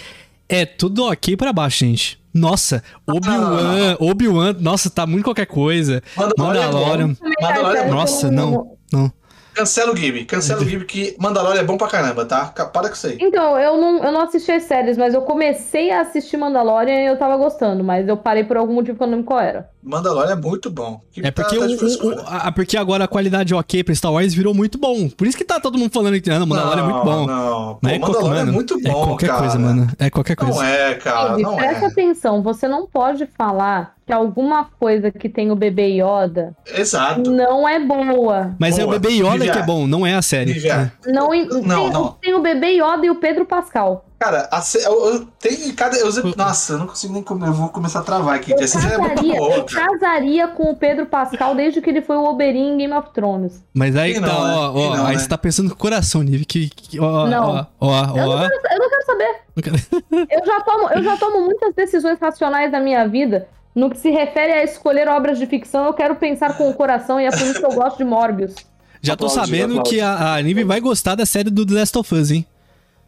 é tudo ok pra baixo, gente. Nossa, Obi-Wan, Obi-Wan, nossa, tá muito qualquer coisa. Mandalorian. é bom. Mandalorian, Mandalorian é bom. nossa, não, não. Cancela o Gibi. Cancela o Gibi que Mandalorian é bom pra caramba, tá? Ca- Para com isso aí. Então, eu não, eu não assisti as séries, mas eu comecei a assistir Mandalorian e eu tava gostando, mas eu parei por algum motivo que eu não lembro qual era. Mandalorian é muito bom. Que É tá- porque, tá o- de o- frescura. o- a- porque agora a qualidade ok pra Star Wars virou muito bom. Por isso que tá todo mundo falando que ah, Mandalorian é muito bom. Não, Pô, Mas é qual- Mandalorian mano, é muito bom, É qualquer cara. coisa, mano. É qualquer coisa. Não é, cara, Gente, não presta é. atenção, você não pode falar que alguma coisa que tem o bebê Yoda Exato. não é boa. Mas é o Boa. bebê Yoda Vivian. que é bom, não é a série. Vivian. Não, en- Não, tem, não. tem o bebê Yoda e o Pedro Pascal. Cara, a se... eu, eu- tem cada. Eu... sempre- Nossa, eu não consigo nem comer. Eu vou começar a travar aqui. Essa série é muito Casaria, boa. eu cara. casaria com o Pedro Pascal desde que ele foi o Oberyn em Game of Thrones. Mas aí Quem que tá, não, né? ó, ó, Quem não, aí né? você tá pensando com o coração, Nive, que, que- ó, Não. ó, ó, Eu, não ó. quero, eu não quero saber. Não quero- Eu já, tomo, eu já tomo muitas decisões racionais da minha vida. No que se refere a escolher obras de ficção, eu quero pensar com o coração e é por isso que eu gosto de Morbius. Já tô Aplaude, sabendo aplaude. que a, a Nive vai gostar da série do The Last of Us, hein?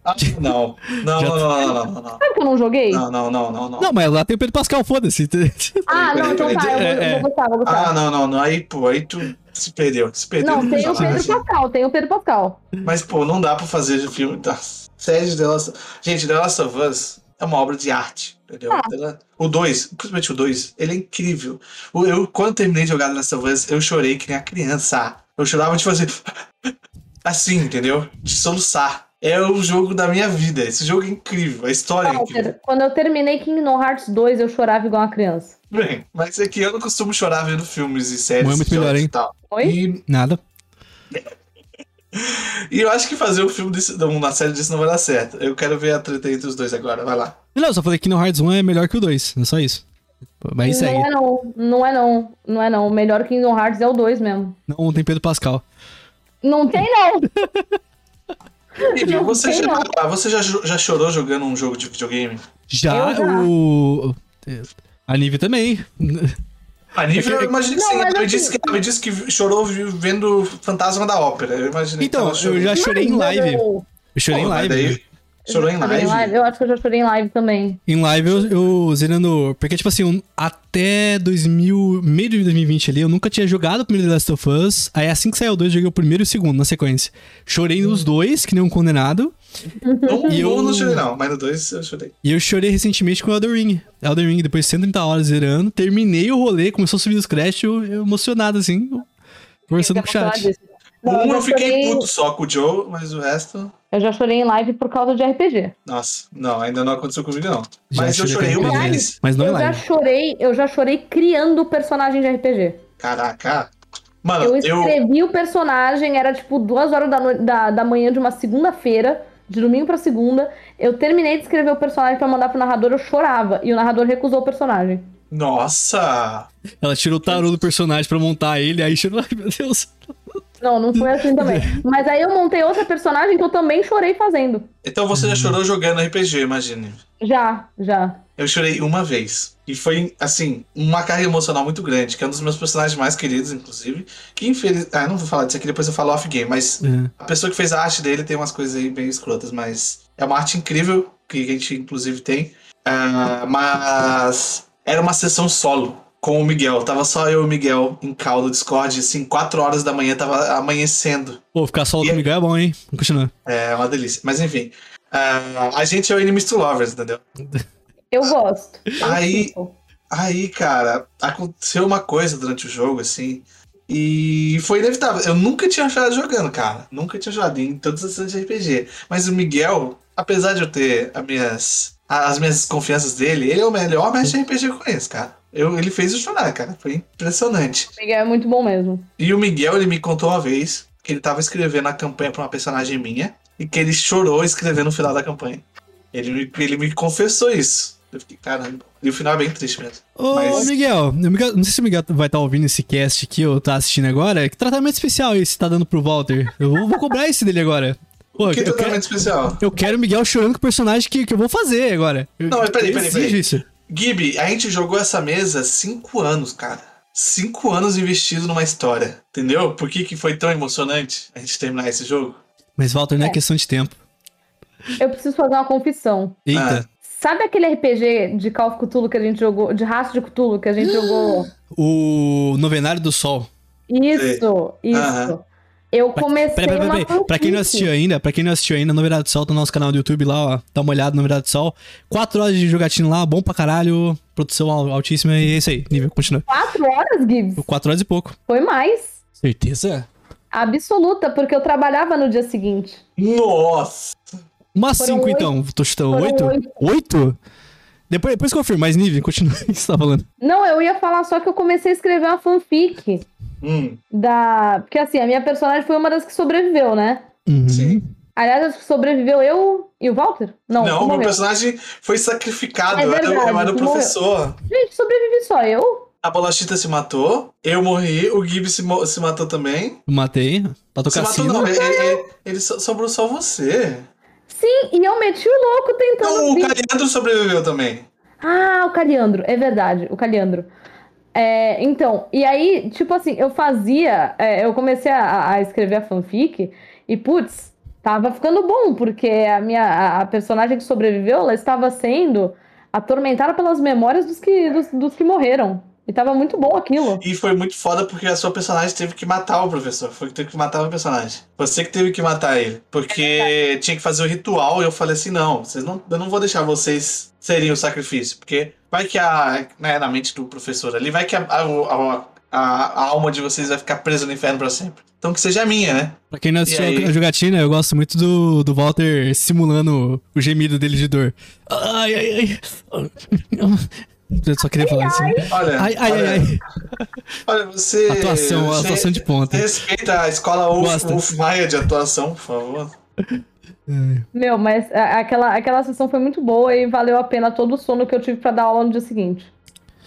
Ah, Não, não, Já- não, não, não, não, não. Sabe que eu não joguei? Não, não, não, não, não. Não, mas lá tem o Pedro Pascal, foda-se. Ah, não, então tá, eu vou, eu vou gostar, vou gostar. Ah, não, não, não. Aí, pô, aí tu se perdeu. Se perdeu. não, no tem o personagem. Pedro Pascal, tem o Pedro Pascal. Mas, pô, não dá pra fazer filme. Tá? Série de The Last Gente, The Last of Us é uma obra de arte, entendeu? Ela- O 2, principalmente o 2, ele é incrível. O- Eu, quando terminei de jogar The Last of Us, eu chorei que nem a criança. Eu chorava de fazer. Assim, entendeu? De soluçar. É o jogo da minha vida. Esse jogo é incrível. A história é incrível. Walter, quando eu terminei Kingdom Hearts 2, eu chorava igual uma criança. Bem, mas é que eu não costumo chorar vendo filmes e séries Mas é muito e jogos melhor, hein? e tal. Oi? E Nada. E eu acho que fazer um filme desse, uma série disso não vai dar certo. Eu quero ver a treta entre os dois agora, vai lá. Não, eu só falei que no Hearts 1 é melhor que o 2, é só isso. Mas não segue. é não, não é não, não é não. O melhor Kingdom Hearts é o 2 mesmo. Não tem Pedro Pascal. Não tem não! Vivi, Não você, sei já, não. ah, você já, jo- já chorou jogando um jogo de videogame? Já Eu já. o. A Nive também. A nível, eu imaginei que Não, sim. mas Ela me, assim- disse que, ela me disse que vi- chorou vi- vendo Fantasma da Ópera. Eu imaginei Então, que ela eu chorou. já chorei em Mas live. Eu eu- chorei em Pô, mas live. daí- Chorou em eu chorei live? Eu acho que eu já chorei em live também. Em live eu, eu zerando. Porque, tipo assim, um- até 2000, meio de 2020 ali, eu nunca tinha jogado o primeiro The Last of Us. Aí assim que saiu o 2, eu joguei o primeiro e o segundo na sequência. Chorei nos dois, que nem um condenado. Não, E eu... eu- não chorei, não, mas no 2 eu chorei. E eu chorei recentemente com o Elden Ring. Elden Ring, depois de 130 horas zerando, terminei o rolê, começou a subir os crash, eu, eu emocionado assim, conversando com o Fiquei emocionada chat. disso. Não, um já eu fiquei chorei- puto só com o Joe, mas o resto. Eu já chorei em live por causa de RPG. Nossa, não, ainda não aconteceu comigo, não. Já Mas eu chorei com uma Elden Ring, vez. Mas não em eu já live. chorei, eu já chorei criando o personagem de RPG. Caraca. Mano, Eu eu, escrevi o personagem, era tipo duas horas da, no- da, da manhã de uma segunda-feira, de domingo pra segunda. Eu terminei de escrever o personagem pra mandar pro narrador, eu chorava. E o narrador recusou o personagem. Nossa! Ela tirou o tarô do personagem pra montar ele, aí chorou. Ai, meu Deus. Não, não foi assim também. Mas aí eu montei outra personagem que eu também chorei fazendo. Então você Uhum. já chorou jogando RPG, imagine. Já, já. Eu chorei uma vez. E foi, assim, uma carga emocional muito grande, que é um dos meus personagens mais queridos, inclusive. Que infeliz. Ah, não vou falar disso aqui, depois eu falo off-game, mas É. a pessoa que fez a arte dele tem umas coisas aí bem escrotas, mas é uma arte incrível, que a gente inclusive tem. Ah, mas era uma sessão solo com o Miguel. Tava só eu e o Miguel em cal do Discord, assim, 4 horas da manhã, tava amanhecendo. Pô, ficar solo E- comigo é bom, hein? Vamos continuar. É uma delícia. Mas enfim. ah, a gente é o Enemies to Lovers, entendeu? Eu gosto. Eu Aí- sinto. Aí, cara, aconteceu uma coisa durante o jogo, assim, e foi inevitável. Eu nunca tinha chorado jogando, cara. Nunca tinha chorado em todas as sessões de RPG. Mas o Miguel, apesar de eu ter as minhas, as minhas desconfianças dele, ele é o melhor mestre de RPG que eu conheço, cara. Eu, ele fez eu chorar, cara. Foi impressionante. O Miguel é muito bom mesmo. E o Miguel, ele me contou uma vez que ele tava escrevendo a campanha pra uma personagem minha e que ele chorou escrevendo o final da campanha. Ele me, ele me confessou isso. Eu fiquei, caramba. E o final é bem triste mesmo. Ô, Mas- Miguel, o Miguel- não sei se o Miguel vai estar ouvindo esse cast aqui ou tá assistindo agora. Que tratamento especial esse tá dando pro Walter? Eu vou, vou cobrar esse dele agora. Pô, que eu, eu tratamento quero, especial. eu quero o Miguel chorando com o personagem que, que eu vou fazer agora. Eu- Não, mas peraí, eu peraí, exijo peraí. isso. Gibi, a gente jogou essa mesa cinco anos, cara. Cinco anos investido numa história. Entendeu? Por que, que foi tão emocionante a gente terminar esse jogo? Mas, Walter, não é, É. questão de tempo. Eu preciso fazer uma confissão. Eita, Sabe aquele RPG de Call of Cthulhu que a gente jogou, de Rastro de Cthulhu que a gente jogou? o Novenário do Sol. Isso, isso. Aham. Eu comecei Peraí, peraí, uma peraí. Pra quem não fanfic. assistiu ainda, pra quem não assistiu ainda, Novenário do Sol tá no nosso canal do YouTube lá, ó. Dá uma olhada, Novenário do Sol. Quatro horas de jogatina lá, bom pra caralho. Produção al- altíssima e é isso aí. Nível, continua. Quatro horas, Gibbs? Quatro horas e pouco. Foi mais. Certeza? Absoluta, porque eu trabalhava no dia seguinte. Nossa! Umas Foram cinco, oito. então. Tô chutando. Foram Oito? oito. Oito? Depois, depois confirma, mas Nive, continua o que você tá falando. Não, eu ia falar só que eu comecei a escrever uma fanfic Hum, da. Porque assim, a minha personagem foi uma das que sobreviveu, né? Uhum. sim. Aliás, acho que sobreviveu eu e o Walter? Não, Não, um meu momento. personagem foi sacrificado. É eu, era, eu verdade, era o morreu. professor. Gente, sobrevivi só eu? A bolachita se matou. Eu morri. O Gibi se, mo- se matou também. Matei. Pra se tocar matou, sino. não. Ele, ele- ele so- sobrou só você. Sim, e eu meti o louco tentando. Não, o vir. Cariandro sobreviveu também. Ah, o Caliandro, é verdade, o Caliandro. É, então, e aí, tipo assim, eu fazia, é, eu comecei a, a escrever a fanfic e, putz, tava ficando bom, porque a minha a, a personagem que sobreviveu, ela estava sendo atormentada pelas memórias dos que, dos, dos que morreram. E tava muito bom aquilo. E foi muito foda porque a sua personagem teve que matar o professor. Foi que teve que matar o personagem. Você que teve que matar ele. Porque tinha que fazer o ritual e eu falei assim: não, vocês não, eu não vou deixar vocês serem o sacrifício. Porque vai que a. Né, na mente do professor ali, vai que a, a, a- a- a alma de vocês vai ficar presa no inferno pra sempre. Então que seja a minha, né? Pra quem não assistiu E aí? a jogatina, eu gosto muito do, do Walter simulando o gemido dele de dor. Ai, ai, ai. Eu só queria falar isso. né? Olha. Ai, ai, olha, ai, ai. Olha, você. Atuação, você, atuação de você ponta. respeita a escola Wolf, Gosta. Wolf Maia de atuação, por favor. Ai. Meu, mas a- aquela, aquela sessão foi muito boa e valeu a pena todo o sono que eu tive pra dar aula no dia seguinte.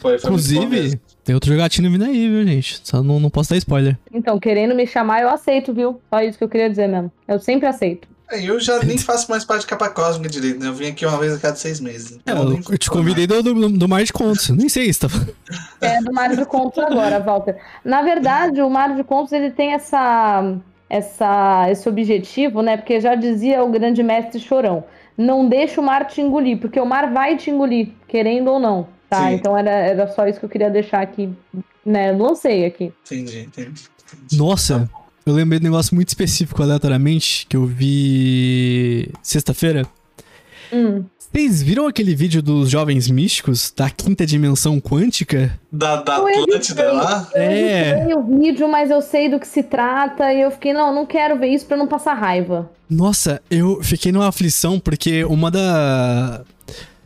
Foi, foi muito bom Inclusive, mesmo. tem outro jogatina vindo aí, viu, gente? Só não, não posso dar spoiler. Então, querendo me chamar, eu aceito, viu? Só isso que eu queria dizer mesmo. Eu sempre aceito. É, Eu já nem faço mais parte de capa cósmica direito, né? Eu vim aqui uma vez a cada seis meses. É, Então, eu, nem- eu te convidei do, do, do Mar de Contos. Nem sei se tá É do Mar de Contos agora, Walter. Na verdade, o Mar de Contos ele tem essa, essa, esse objetivo, né? Porque já dizia o grande mestre Chorão: não deixa o mar te engolir, porque o mar vai te engolir, querendo ou não. Tá? Sim. Então era, era só isso que eu queria deixar aqui, né? Lancei aqui. Entendi, entendi. entendi. Nossa, eu lembrei de um negócio muito específico aleatoriamente que eu vi sexta-feira. Hum. Vocês viram aquele vídeo dos jovens místicos da quinta dimensão quântica? Da, da Eu Atlântida editei. lá? Eu É. editei o vídeo, mas eu sei do que se trata e eu fiquei, não, não quero ver isso pra não passar raiva. Nossa, eu fiquei numa aflição porque uma da.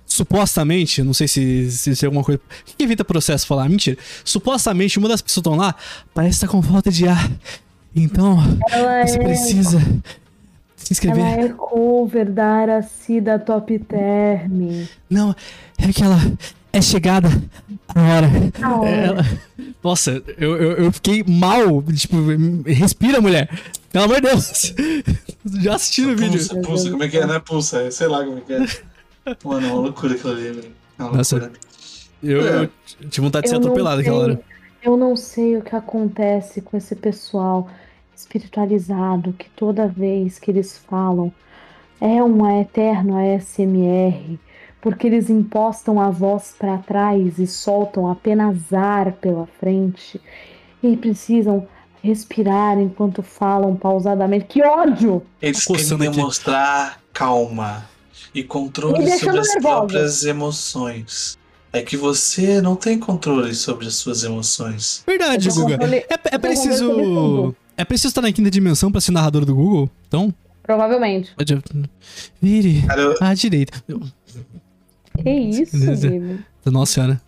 Supostamente, não sei se, se, se é alguma coisa. O que que evita processo falar? Mentira. Supostamente, uma das pessoas que estão lá parece estar com falta de ar. Então, Ela você é, precisa se inscrever. ela é cover da Aracida Top Term. Não, é aquela. É chegada a hora. É, A hora. Ela- Nossa, eu, eu, eu fiquei mal. Tipo, respira, mulher. Pelo amor de Deus. Já assisti no vídeo. Pulsa, pulsa, como é que é? Não é pulsa, é, sei lá como é que é. Mano, é uma loucura aquilo ali, velho. É uma Nossa. loucura. Eu, eu tive vontade de ser É. Eu não atropelado aquela hora. Eu não sei o que acontece com esse pessoal espiritualizado que toda vez que eles falam é uma eterna ASMR, porque eles impostam a voz para trás e soltam apenas ar pela frente e precisam respirar enquanto falam pausadamente. Que ódio! Eles querem tá coçando aqui. demonstrar calma e Me controle deixando sobre as nervosa. próprias emoções. É que você não tem controle sobre as suas emoções. Verdade, Eu tô Guga. controle- É, é eu tô controle sobre preciso. tudo. É preciso estar na quinta dimensão pra ser narrador do Google? Então, Provavelmente. pode- vire Cara, eu, à direita. Que isso, Beleza. Bibi? Nossa senhora.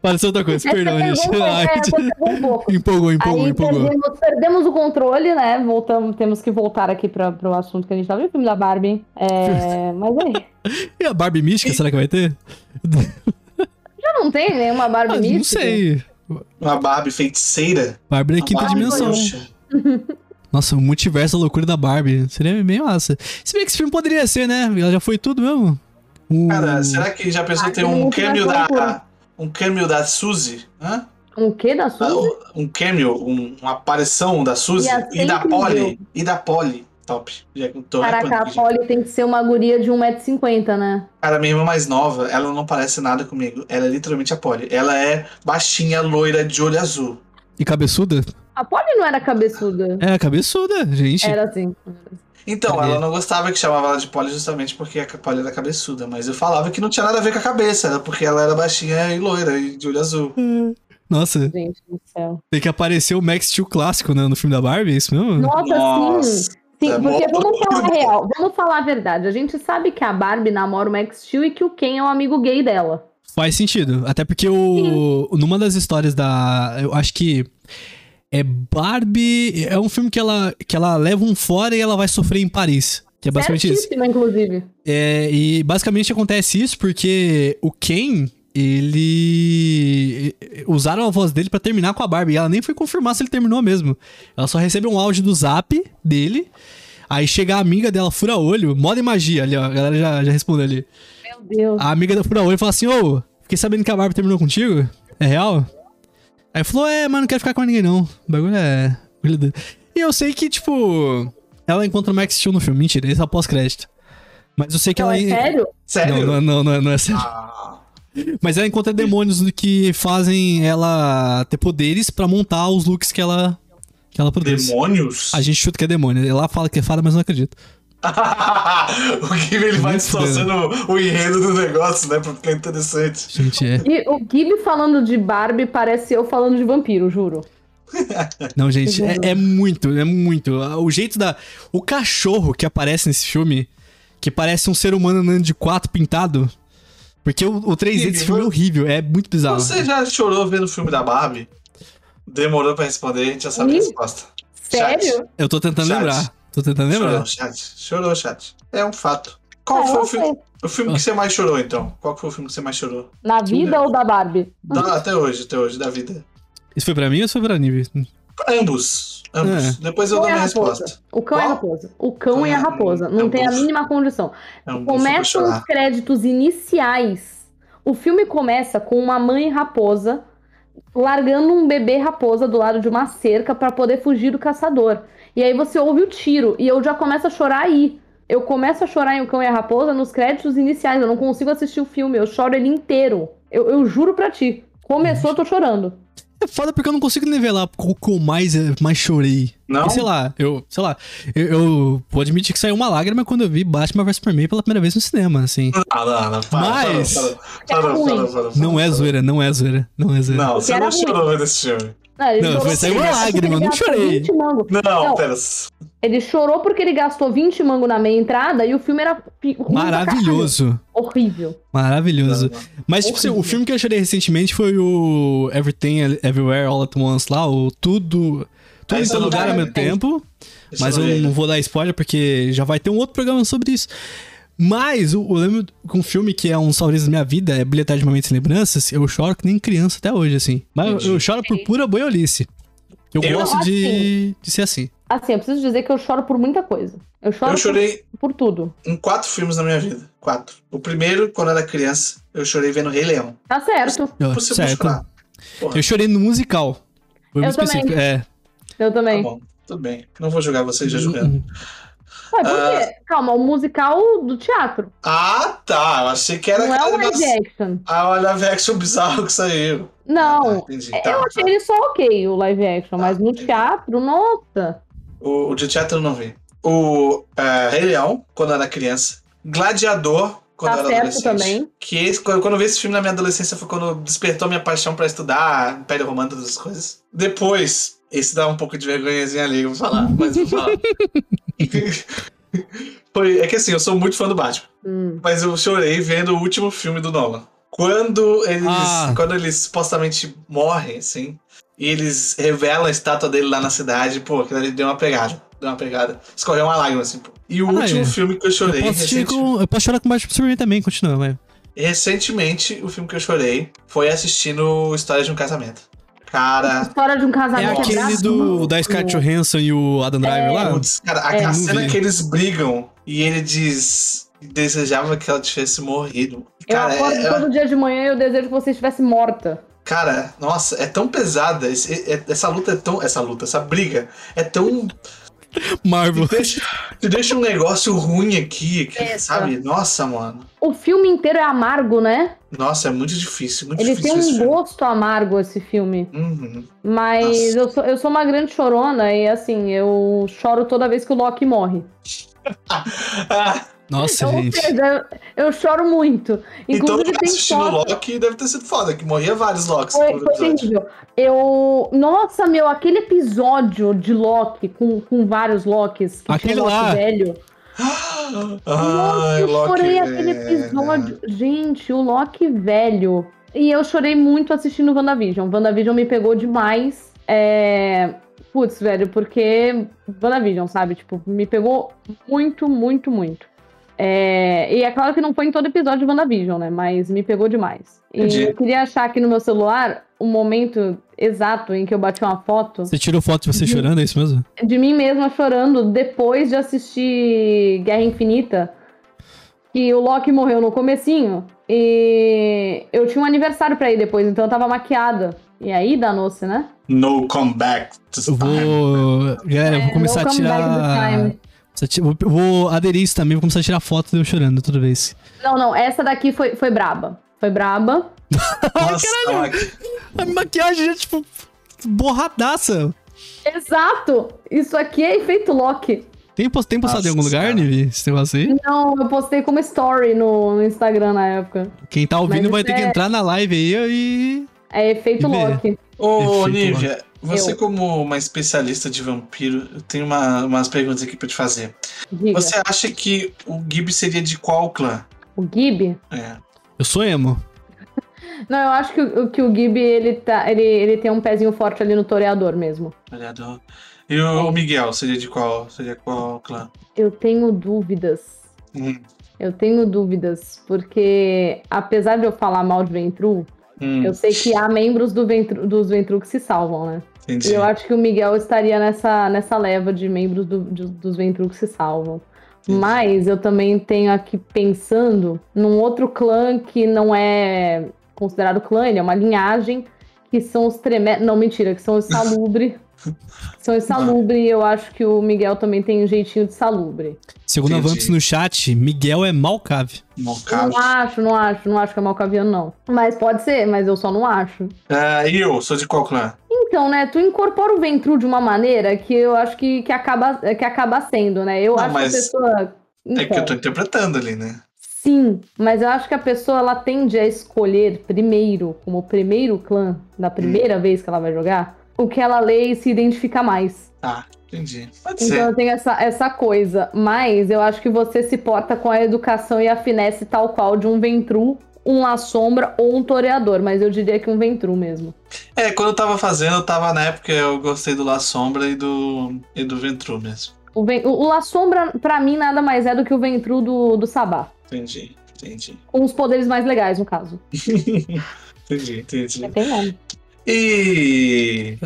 Pareceu outra coisa, Essa perdão, pergunta, gente. é, Ai, você pegou um pouco. empolgou, empolgou, Aí empolgou. perdemos, perdemos o controle, né? Voltamos, temos que voltar aqui pra, pro assunto que a gente tava. E o filme da Barbie? É, mas aí. E a Barbie mística, será que vai ter? Já não tem nenhuma Barbie Ah, mística? Ah, não sei. Uma Barbie feiticeira. Barbie da Uma quinta Barbie dimensão. bruxa. Nossa, o multiverso, a loucura da Barbie. Seria bem massa. Se bem que esse filme poderia ser, né? Ela já foi tudo mesmo. O- Cara, será que já pensou Ah, em ter tem um muito cameo mais loucura. da. Um cameo da Suzy? Hã? Um quê da sua? Um cameo, um- uma aparição da Suzy Ia ser e da incrível. Polly. E da Polly. Top. Já tô Caraca, a hypando. Polly tem que ser uma guria de 1,50m, né? Cara, minha irmã mais nova, ela não parece nada comigo. Ela é literalmente a Polly. Ela é baixinha, loira, de olho azul. E cabeçuda? A Polly não era cabeçuda. É, cabeçuda, gente. Era assim. Então, Cadê? ela não gostava que chamava ela de Polly justamente porque a Polly era cabeçuda. Mas eu falava que não tinha nada a ver com a cabeça, era porque ela era baixinha e loira e de olho azul. Nossa, Gente do céu. tem que aparecer o Max Steel clássico, né? No filme da Barbie, é isso mesmo? Nossa, sim. Sim, é porque mó vamos falar a loucura. real, vamos falar a verdade. A gente sabe que a Barbie namora o Max Steel e que o Ken é um amigo gay dela. Faz sentido. Até porque o, numa das histórias da. Eu acho que. É Barbie. É um filme que ela, que ela leva um fora e ela vai sofrer em Paris. Que é basicamente isso. Certíssimo, inclusive. É, e basicamente acontece isso porque o Ken, ele. Usaram a voz dele pra terminar com a Barbie. E ela nem foi confirmar se ele terminou mesmo. Ela só recebeu um áudio do zap dele. Aí chega a amiga dela, fura olho, moda e magia ali, ó. A galera já, já respondeu ali. Meu Deus. A amiga da fura olho fala assim: Ô, fiquei sabendo que a Barbie terminou contigo? É real? Aí falou: É, mas não quero ficar com ninguém não. O bagulho é. bagulho é doido." E eu sei que, tipo. Ela encontra o Max Steel no filme. Mentira, esse é o pós-crédito. Mas eu sei que Não, ela. é sério? Não, Sério? não, não, não, é- não é sério. Ah, Mas ela encontra demônios do que fazem ela ter poderes pra montar os looks que ela, que ela produz. demônios? A gente chuta que é demônio. Ela fala que é fada, mas eu não acredito. o Gibi ele vai Muito distorcendo o enredo do negócio, né? Porque é interessante. Gente, é. E o Gibi falando de Barbie parece eu falando de vampiro, juro. Não, gente, é, é muito, é muito. O jeito da. O cachorro que aparece nesse filme, que parece um ser humano andando de quatro pintado. Porque o, o 3D desse Horrível. filme é horrível, é muito bizarro. Você já chorou vendo o filme da Barbie? Demorou pra responder, a gente já sabe a Ih, resposta. Sério? Eu tô tentando Chat. lembrar. Tô tentando lembrar. Chorou, chat. Chorou, chat. É um fato. Qual Ah, foi eu o filme, sei. o filme que você mais chorou, então? Qual que foi o filme que você mais chorou? Na né? vida ou da Barbie? Da- até hoje, até hoje, da vida. Isso foi pra mim ou isso foi pra Nive? Ambos. Ambos. Depois eu Qual dou é minha a raposa? resposta. O cão é a Qual? um raposa. O cão é a raposa. Não tem a Ambos. mínima condição. Ambos, eu vou Começam os um chorar. créditos iniciais. O filme começa com uma mãe raposa largando um bebê raposa do lado de uma cerca para poder fugir do caçador. E aí você ouve o tiro e eu já começo a chorar aí. Eu começo a chorar em O Cão e a Raposa nos créditos iniciais. Eu não consigo assistir o filme, eu choro ele inteiro. Eu, eu juro pra ti. Começou, eu tô chorando. É foda porque eu não consigo nivelar o que eu mais, eh, mais chorei. Não? E sei lá, eu, sei lá, eu, eu vou admitir que saiu uma lágrima quando eu vi Batman vs Superman pela primeira vez no cinema, assim. Ah, não, não, para, Mas- para, para, para, É ruim. para, para, para, Não é para. zoeira, não é zoeira, não é zoeira. Não, você Era não ruim. chorou vendo esse filme. Ah, ele Não, chorou foi sair uma porque ele lágrima, não gastou chorei. 20 mango. Não, tá. Não. É pera. Ele chorou porque ele gastou 20 mango na meia entrada e o filme era pi- ruim pra caralho. Maravilhoso. Horrível. Maravilhoso. Mas, tipo, assim, o Horrível. filme que eu chorei recentemente foi o Everything Everywhere All at Once lá, o Tudo. Tudo Aí em você todo não né? lugar ao vai- mesmo tempo. Esse Mas eu é- não vou dar spoiler porque já vai ter um outro programa sobre isso. Mas eu, eu lembro que um filme que é um salvador da minha vida, é Bilhetar de Momentos e Lembranças, eu choro que nem criança até hoje, assim. Mas eu, eu choro por pura boiolice. Eu, Eu- gosto de, de ser assim. Assim, eu preciso dizer que eu choro por muita coisa. Eu choro Eu chorei por, por tudo. em quatro filmes na minha vida. Quatro. O primeiro, quando eu era criança, eu chorei vendo Rei Leão. Tá certo. Eu, Você pode certo. chorar. Porra, tá Eu chorei no musical. Foi Eu muito também. específico. É. Uhum. Eu tá também. bom. Tudo bem. Não vou julgar vocês já Hum. julgando. Ué, por quê? Calma, o musical do teatro. Ah, tá. Eu achei que era não é aquela o live animação- action. Ah, olha a action bizarro que saiu. Ah, Não. É, entendi. Tá, Eu achei ele só ok, o live action, mas no teatro, nossa. O, o de teatro eu não vi. O ah, Rei Leão, quando eu era criança. Gladiador, quando Tá eu era certo adolescente. também. Que esse- quando, quando eu vi esse filme na minha adolescência foi quando despertou minha paixão pra estudar Império Romano e outras coisas. Depois, esse dá um pouco de vergonhazinha ali, eu vou falar, mas eu vou falar. foi, é que assim, eu sou muito fã do Batman, Hum. mas eu chorei vendo o último filme do Nolan. Quando eles, Ah. quando eles supostamente morrem, assim, e eles revelam a estátua dele lá na cidade, pô, aquilo ali deu uma pegada. Deu uma pegada. Escorreu uma lágrima, assim, pô. E o Ah, último é. filme que eu Eu chorei. posso, assistir recentemente- com, eu posso chorar com baixo pra mim também, continua, vai. Recentemente, o filme que eu chorei foi assistindo História de um Casamento. Cara, História de um É casamento aquele quebrado, do, maluco. da Scarlett Johansson e o Adam Driver lá? putz, cara, a, É. a Ah, Não cena vi. que eles brigam e ele diz que desejava que ela tivesse morrido. Eu Cara, acordo é- é- todo dia de manhã e eu desejo que você estivesse morta. cara, nossa, é tão pesada. esse- é- essa luta é tão. Essa luta, essa briga é tão. Marvel. Te deixa um negócio ruim aqui, que- É, Essa. sabe? Nossa, mano. O filme inteiro é amargo, né? Nossa, é muito difícil, muito Ele tem difícil um esse filme. gosto amargo, esse filme. Uhum. Mas Nossa. eu sou, eu sou uma grande chorona e, assim, eu choro toda vez que o Loki morre. Ah, Nossa, Ou gente. seja, eu, choro muito. então, Inclusive, tem assistindo o foto- Loki deve ter sido foda, que morria vários Locks Foi, por foi episódio. terrível. Eu. Nossa, meu, aquele episódio de Loki com, com vários Locks. Que Aquele tinha o Loki lá. velho. Nossa, Ai, eu Loki, é. chorei aquele velho. episódio. Gente, o Loki velho. E eu chorei muito assistindo WandaVision. WandaVision me pegou demais. É. Putz, velho, porque WandaVision, sabe? Tipo, me pegou muito, muito, muito. É, e é claro que não foi em todo episódio de WandaVision, né? Mas me pegou demais. E Entendi. eu queria achar aqui no meu celular o momento exato em que eu bati uma foto Você tirou foto Uhum. de você chorando, é isso mesmo? de mim mesma chorando depois de assistir Guerra Infinita, que o Loki morreu no comecinho, e eu tinha um aniversário pra ir depois, então eu tava maquiada. E aí danou-se, né? No comeback. this Eu time. vou. Galera, eu vou começar a É. Welcome back tirar. to time. Só ti- Vou, vou aderir isso também, vou começar a tirar foto de eu chorando toda vez. Não, não, essa daqui foi, foi braba. Foi braba. Nossa, Loki. A minha maquiagem é tipo. borradaça. Exato! Isso aqui é efeito Loki. Tem, pos- tem postado Nossa em algum lugar, senhora. Nive? Esse negócio aí? Não, eu postei como story no, no Instagram na época. Quem tá ouvindo Mas vai isso ter que é- entrar na live aí e. É efeito E vê. Loki. Ô, Perfeito, Nívia, você Eu. como uma especialista de vampiro, eu tenho uma- umas perguntas aqui pra te fazer. Diga. Você acha que o Gibi seria de qual clã? O Gibi? É. Eu sou emo. Não, eu acho que, o- que o Gibi ele, tá, ele, ele tem um pezinho forte ali no toreador mesmo. Olhador. E o Miguel seria de qual? Seria qual clã? Eu tenho dúvidas. Hum, Eu tenho dúvidas, porque apesar de eu falar mal de Ventru, hum, eu sei que há membros do Ventru, dos Ventru que se salvam, né? E entendi. eu acho que o Miguel estaria nessa, nessa leva de membros do- de- dos Ventru que se salvam. Entendi. Mas eu também tenho aqui pensando num outro clã que não é considerado clã, ele é uma linhagem, que são os tremé... Não, mentira, que são os salubre. são os salubre e eu acho que o Miguel também tem um jeitinho de salubre. Segundo Entendi. a Vamps no chat, Miguel é Malcave. Mocado. Não acho, não acho, não acho que é malcaviano, não. Mas pode ser, mas eu só não acho. Ah, e eu, sou de qual clã? Então, né, tu incorpora o ventru de uma maneira que eu acho que, que, acaba, que acaba sendo, né? Eu Não, acho mas que a pessoa. É que eu Então, tô interpretando ali, né? Sim, mas eu acho que a pessoa ela tende a escolher primeiro, como o primeiro clã, da Hum. primeira vez que ela vai jogar, o que ela lê e se identifica mais. Tá, entendi. Pode Então ser. eu tenho essa, essa coisa. Mas eu acho que você se porta com a educação e a finesse tal qual de um ventru, um La Sombra ou um toreador. Mas eu diria que um ventru mesmo. É, quando eu tava fazendo, eu tava na época eu gostei do La Sombra e do, e do Ventru mesmo. O, ven... o- o La Sombra, pra mim, nada mais é do que o ventru do, do Sabá. Entendi, entendi. Com os poderes mais legais, no caso. Entendi, entendi. Tem nome. E.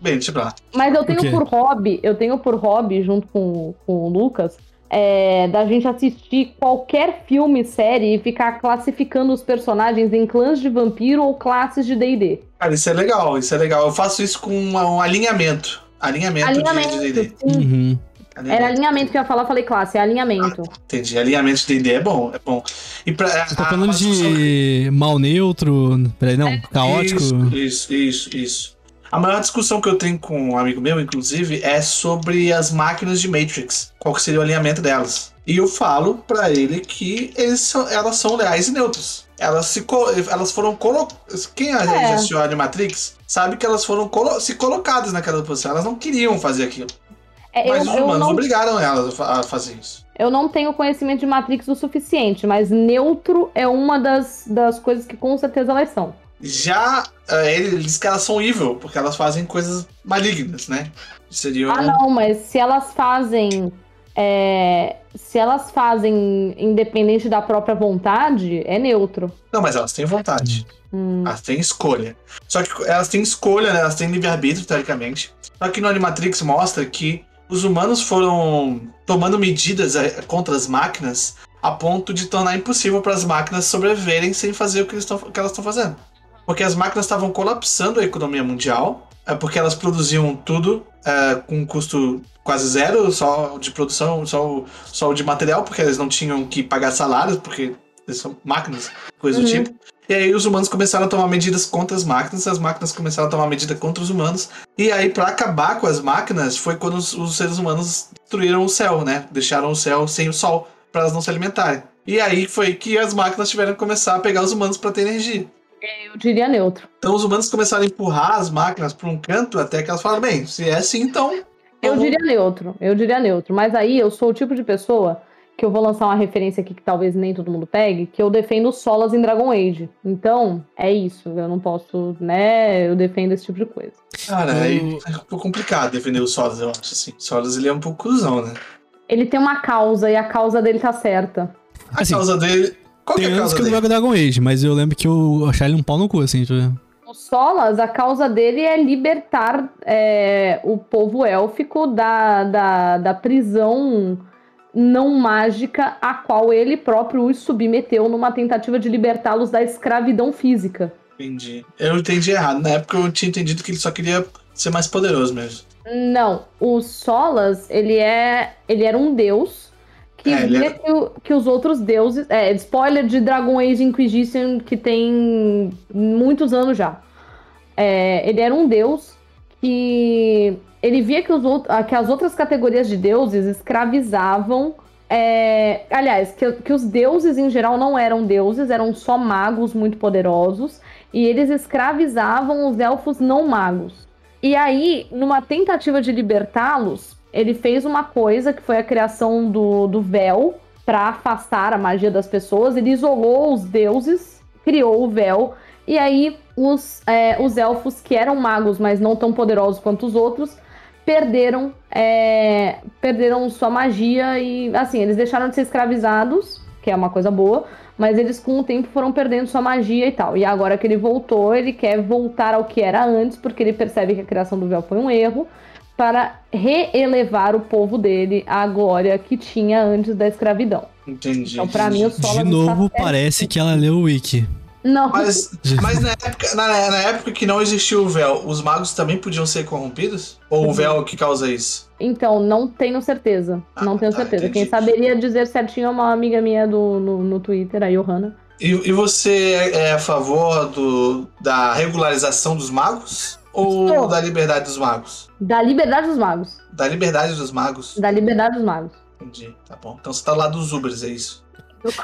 Bem, deixa pra lá. Mas eu quê? tenho por hobby, eu tenho por hobby, junto com, com o Lucas, é, da gente assistir qualquer filme, série e ficar classificando os personagens em clãs de vampiro ou classes de D&D. Cara, isso é legal, isso é legal. Eu faço isso com um, um alinhamento. Alinhamento, Alinhamento, de DD. sim. Uhum. Era alinhamento que eu ia falar, falei classe, é alinhamento. Entendi. Alinhamento de DD é bom, é bom. E pra, Você tá a- falando a- de mal neutro. Peraí, não, caótico. É, Isso, isso, isso, isso. A maior discussão que eu tenho com um amigo meu, inclusive, é sobre as máquinas de Matrix. Qual que seria o alinhamento delas? E eu falo pra ele que eles são- elas são leais e neutros. Elas, se co- elas foram colocadas. Quem a gente É. assistiu a Animatrix sabe que elas foram colo- se colocadas naquela posição. Elas não queriam fazer aquilo. É, Mas os eu, eu, humanos não, obrigaram elas a fazer isso. eu não tenho conhecimento de Matrix o suficiente, mas neutro é uma das, das coisas que com certeza elas são. Já eh, ele diz que elas são evil, porque elas fazem coisas malignas, né? Seriam. Ah, não, mas se elas fazem. é, se elas fazem independente da própria vontade, é neutro. Não, mas elas têm vontade. Hum, Elas têm escolha. Só que elas têm escolha, né? Elas têm livre-arbítrio, teoricamente. Só que no Animatrix mostra que os humanos foram tomando medidas eh, contra as máquinas a ponto de tornar impossível para as máquinas sobreviverem sem fazer o que, eles tão- o que elas estão fazendo. Porque as máquinas estavam colapsando a economia mundial, é porque elas produziam tudo eh, com custo quase zero, só de produção, só, o- só o de material, porque eles não tinham que pagar salários, porque eles são máquinas, coisa Uhum. do tipo. E aí os humanos começaram a tomar medidas contra as máquinas, as máquinas começaram a tomar medida contra os humanos. E aí, pra acabar com as máquinas, foi quando os, os seres humanos destruíram o céu, né? Deixaram o céu sem o sol, pra elas não se alimentarem. E aí foi que as máquinas tiveram que começar a pegar os humanos pra ter energia. eu diria neutro. Então os humanos começaram a empurrar as máquinas pra um canto até que elas falaram, bem, se é assim, então. Eu vamos- diria neutro, eu diria neutro. Mas aí eu sou o tipo de pessoa que eu vou lançar uma referência aqui que talvez nem todo mundo pegue, que eu defendo solas em Dragon Age. Então, é isso. Eu não posso, né? Eu defendo esse tipo de coisa. Cara, aí Eu- é um pouco complicado defender o Solas, eu acho assim. O Solas ele é um pouco cruzão, né? Ele tem uma causa e a causa dele tá certa. A Assim, causa dele. Qual que Tem é a anos causa que eu não dele? jogo Dragon Age, mas eu lembro que eu achava ele um pau no cu, assim, tipo... O Solas, a causa dele é libertar é, o povo élfico da, da, da prisão não mágica a qual ele próprio os submeteu numa tentativa de libertá-los da escravidão física. Entendi. Eu entendi errado. Na época eu tinha entendido que ele só queria ser mais poderoso mesmo. Não, o Solas, ele é. Ele era um deus que É, ele via era- que, o- que os outros deuses. É, spoiler de Dragon Age Inquisition, que tem muitos anos já. É, ele era um deus que. Ele via que, os out- ah, que as outras categorias de deuses escravizavam. é, aliás, que, que os deuses em geral não eram deuses, eram só magos muito poderosos. E eles escravizavam os elfos não magos. E aí, numa tentativa de libertá-los, ele fez uma coisa que foi a criação do, do véu para afastar a magia das pessoas. Ele isolou os deuses, criou o véu, e aí os, é, os elfos, que eram magos, mas não tão poderosos quanto os outros, perderam, é, perderam sua magia e, assim, eles deixaram de ser escravizados, que é uma coisa boa, mas eles com o tempo foram perdendo sua magia e tal. E agora que ele voltou, ele quer voltar ao que era antes, porque ele percebe que a criação do véu foi um erro, para reelevar o povo dele à glória que tinha antes da escravidão. Entendi. Então, pra mim, o Solas De está novo, é certo. parece que ela leu o wiki. Não, Mas, mas na, época, na, na época que não existiu o véu, os magos também podiam ser corrompidos? Ou Uhum. o véu que causa isso? então, não tenho certeza. Não Ah, tenho tá, certeza. Quem entendi. saberia dizer certinho é uma amiga minha do, no, no Twitter, a Johanna. E, e você é a favor do, da regularização dos magos? Ou Sou. da liberdade dos magos? Da liberdade dos magos. Da liberdade dos magos? Da liberdade dos magos. Entendi, tá bom. Então você tá lá dos Ubers, é isso?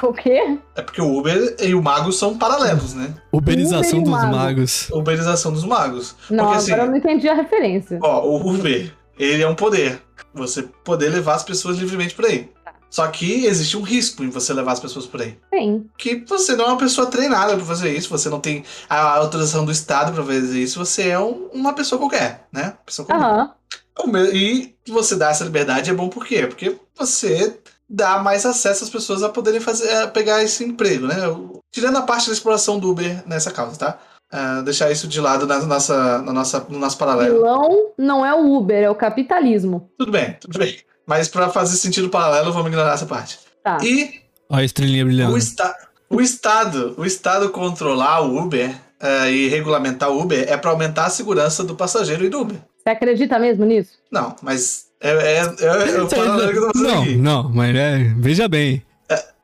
O quê? É porque o Uber e o mago são paralelos, né? Uberização Uber e dos mago. magos. Uberização dos magos. Não, Porque, agora assim, eu não entendi a referência. Ó, o Uber, ele é um poder. Você poder levar as pessoas livremente por aí. Só que existe um risco em você levar as pessoas por aí. Tem. Que você não é uma pessoa treinada pra fazer isso, você não tem a autorização do Estado pra fazer isso, você é um- uma pessoa qualquer, né? Pessoa comum. Aham. O me- E você dar essa liberdade é bom por quê? Porque você dá mais acesso às pessoas a poderem fazer, a pegar esse emprego, né? O- Tirando a parte da exploração do Uber nessa causa, tá? Ah, deixar isso de lado na nossa, na nossa, no nosso paralelo. Vilão não é o Uber, é o capitalismo. Tudo bem, tudo bem. Mas pra fazer sentido paralelo, vamos ignorar essa parte. Tá. E Olha a estrelinha o, brilhando. esta o Estado, o Estado controlar o Uber eh, e regulamentar o Uber é pra aumentar a segurança do passageiro e do Uber. Você acredita mesmo nisso? Não, mas é, é, é- é o paralelo que eu tô fazendo Não, aqui. não, mas é, veja bem.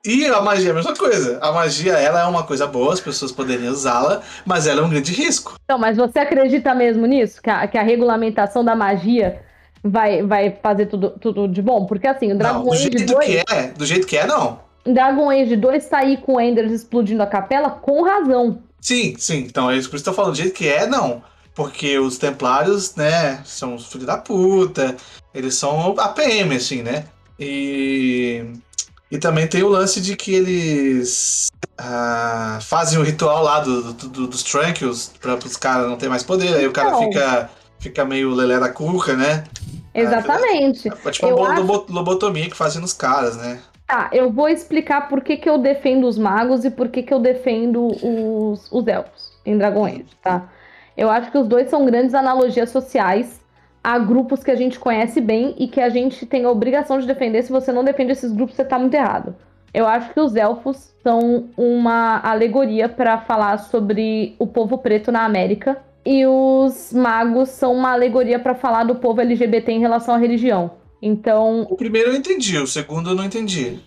E a magia é a mesma coisa. A magia, ela é uma coisa boa, as pessoas poderiam usá-la, mas ela é um grande risco. Então, mas você acredita mesmo nisso? Que a, que a regulamentação da magia vai, vai fazer tudo, tudo de bom? Porque assim, o Não, Dragon do Age jeito 2. que é, do jeito que é, não. Dragon Age 2 tá aí com o Enders explodindo a capela com razão. Ah, Sim, sim. Então é isso que eu estou falando. Do jeito que é, não. Porque os templários, né, são os filhos da puta, eles são a PM, assim, né? E, e também tem o lance de que eles ah, fazem o ritual lá do, do- do- dos Tranquils pra os caras não ter mais poder, aí o cara Então. fica, fica meio lelé da cuca, né? Exatamente. É tipo uma Eu bo- acho- lobo- lobotomia que fazem nos caras, né? Tá, eu vou explicar por que, que eu defendo os magos e por que, que eu defendo os, os elfos em Dragon Age, tá? Eu acho que os dois são grandes analogias sociais a grupos que a gente conhece bem e que a gente tem a obrigação de defender. Se você não defende esses grupos, você tá muito errado. Eu acho que os elfos são uma alegoria para falar sobre o povo preto na América e os magos são uma alegoria para falar do povo LGBT em relação à religião. Então, O primeiro eu entendi, o segundo eu não entendi.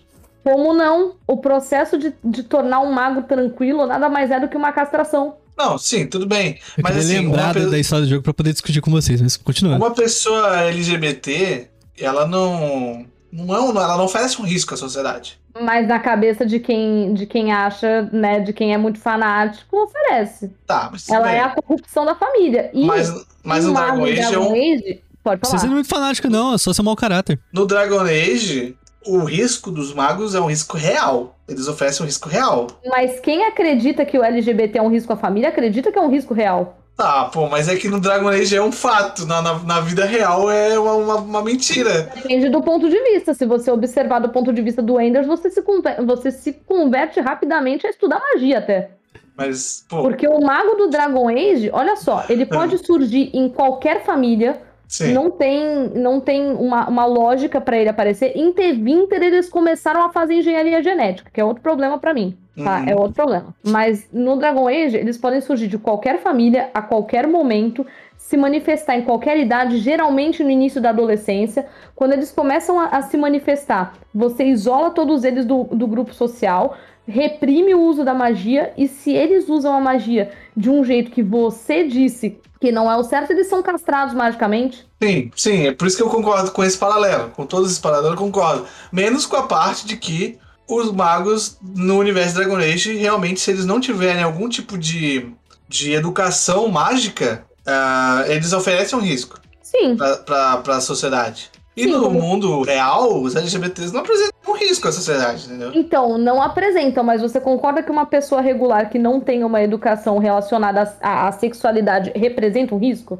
como não? O processo de, de tornar um mago tranquilo nada mais é do que uma castração. Não, sim, tudo bem. Eu Mas queria assim, lembrar uma, pe- da história do jogo pra poder discutir com vocês, mas continuando. uma pessoa LGBT, ela não. Não é um, ela não oferece um risco à sociedade. Mas na cabeça de quem, de quem acha, né, de quem é muito fanático, oferece. Tá, mas tudo Ela bem. é a corrupção da família. E Mas, mas um no Dragon mago em Age é um- Dragon Age- Pode Você não é falar. muito fanático, não, é só ser mau caráter. No Dragon Age, o risco dos magos é um risco real. Eles oferecem um risco real. Mas quem acredita que o LGBT é um risco à família, acredita que é um risco real. Tá, pô, mas é que no Dragon Age é um fato. Na, na, na vida real é uma, uma, uma mentira. Depende do ponto de vista. Se você observar do ponto de vista do Enders, você se, conver- você se converte rapidamente a estudar magia até. Mas, pô, Porque o mago do Dragon Age, olha só, ele pode surgir em qualquer família, sim. não tem, não tem uma, uma lógica pra ele aparecer. Em The Winter, eles começaram a fazer engenharia genética, que é outro problema pra mim, tá? Uhum. É outro problema. Mas no Dragon Age, eles podem surgir de qualquer família, a qualquer momento, se manifestar em qualquer idade, geralmente no início da adolescência. Quando eles começam a, a se manifestar, você isola todos eles do, do grupo social, reprime o uso da magia, e se eles usam a magia de um jeito que você disse que não é o certo, eles são castrados magicamente. Sim, sim, é por isso que eu concordo com esse paralelo. Com todos esses paralelos eu concordo. Menos com a parte de que os magos no universo Dragon Age, realmente, se eles não tiverem algum tipo de, de educação mágica, ah, eles oferecem um risco Sim, pra- pra pra sociedade. E Sim, no como- mundo real, os LGBTs não apresentam um risco à sociedade, entendeu? então, não apresentam, mas você concorda que uma pessoa regular que não tem uma educação relacionada à, à sexualidade representa um risco?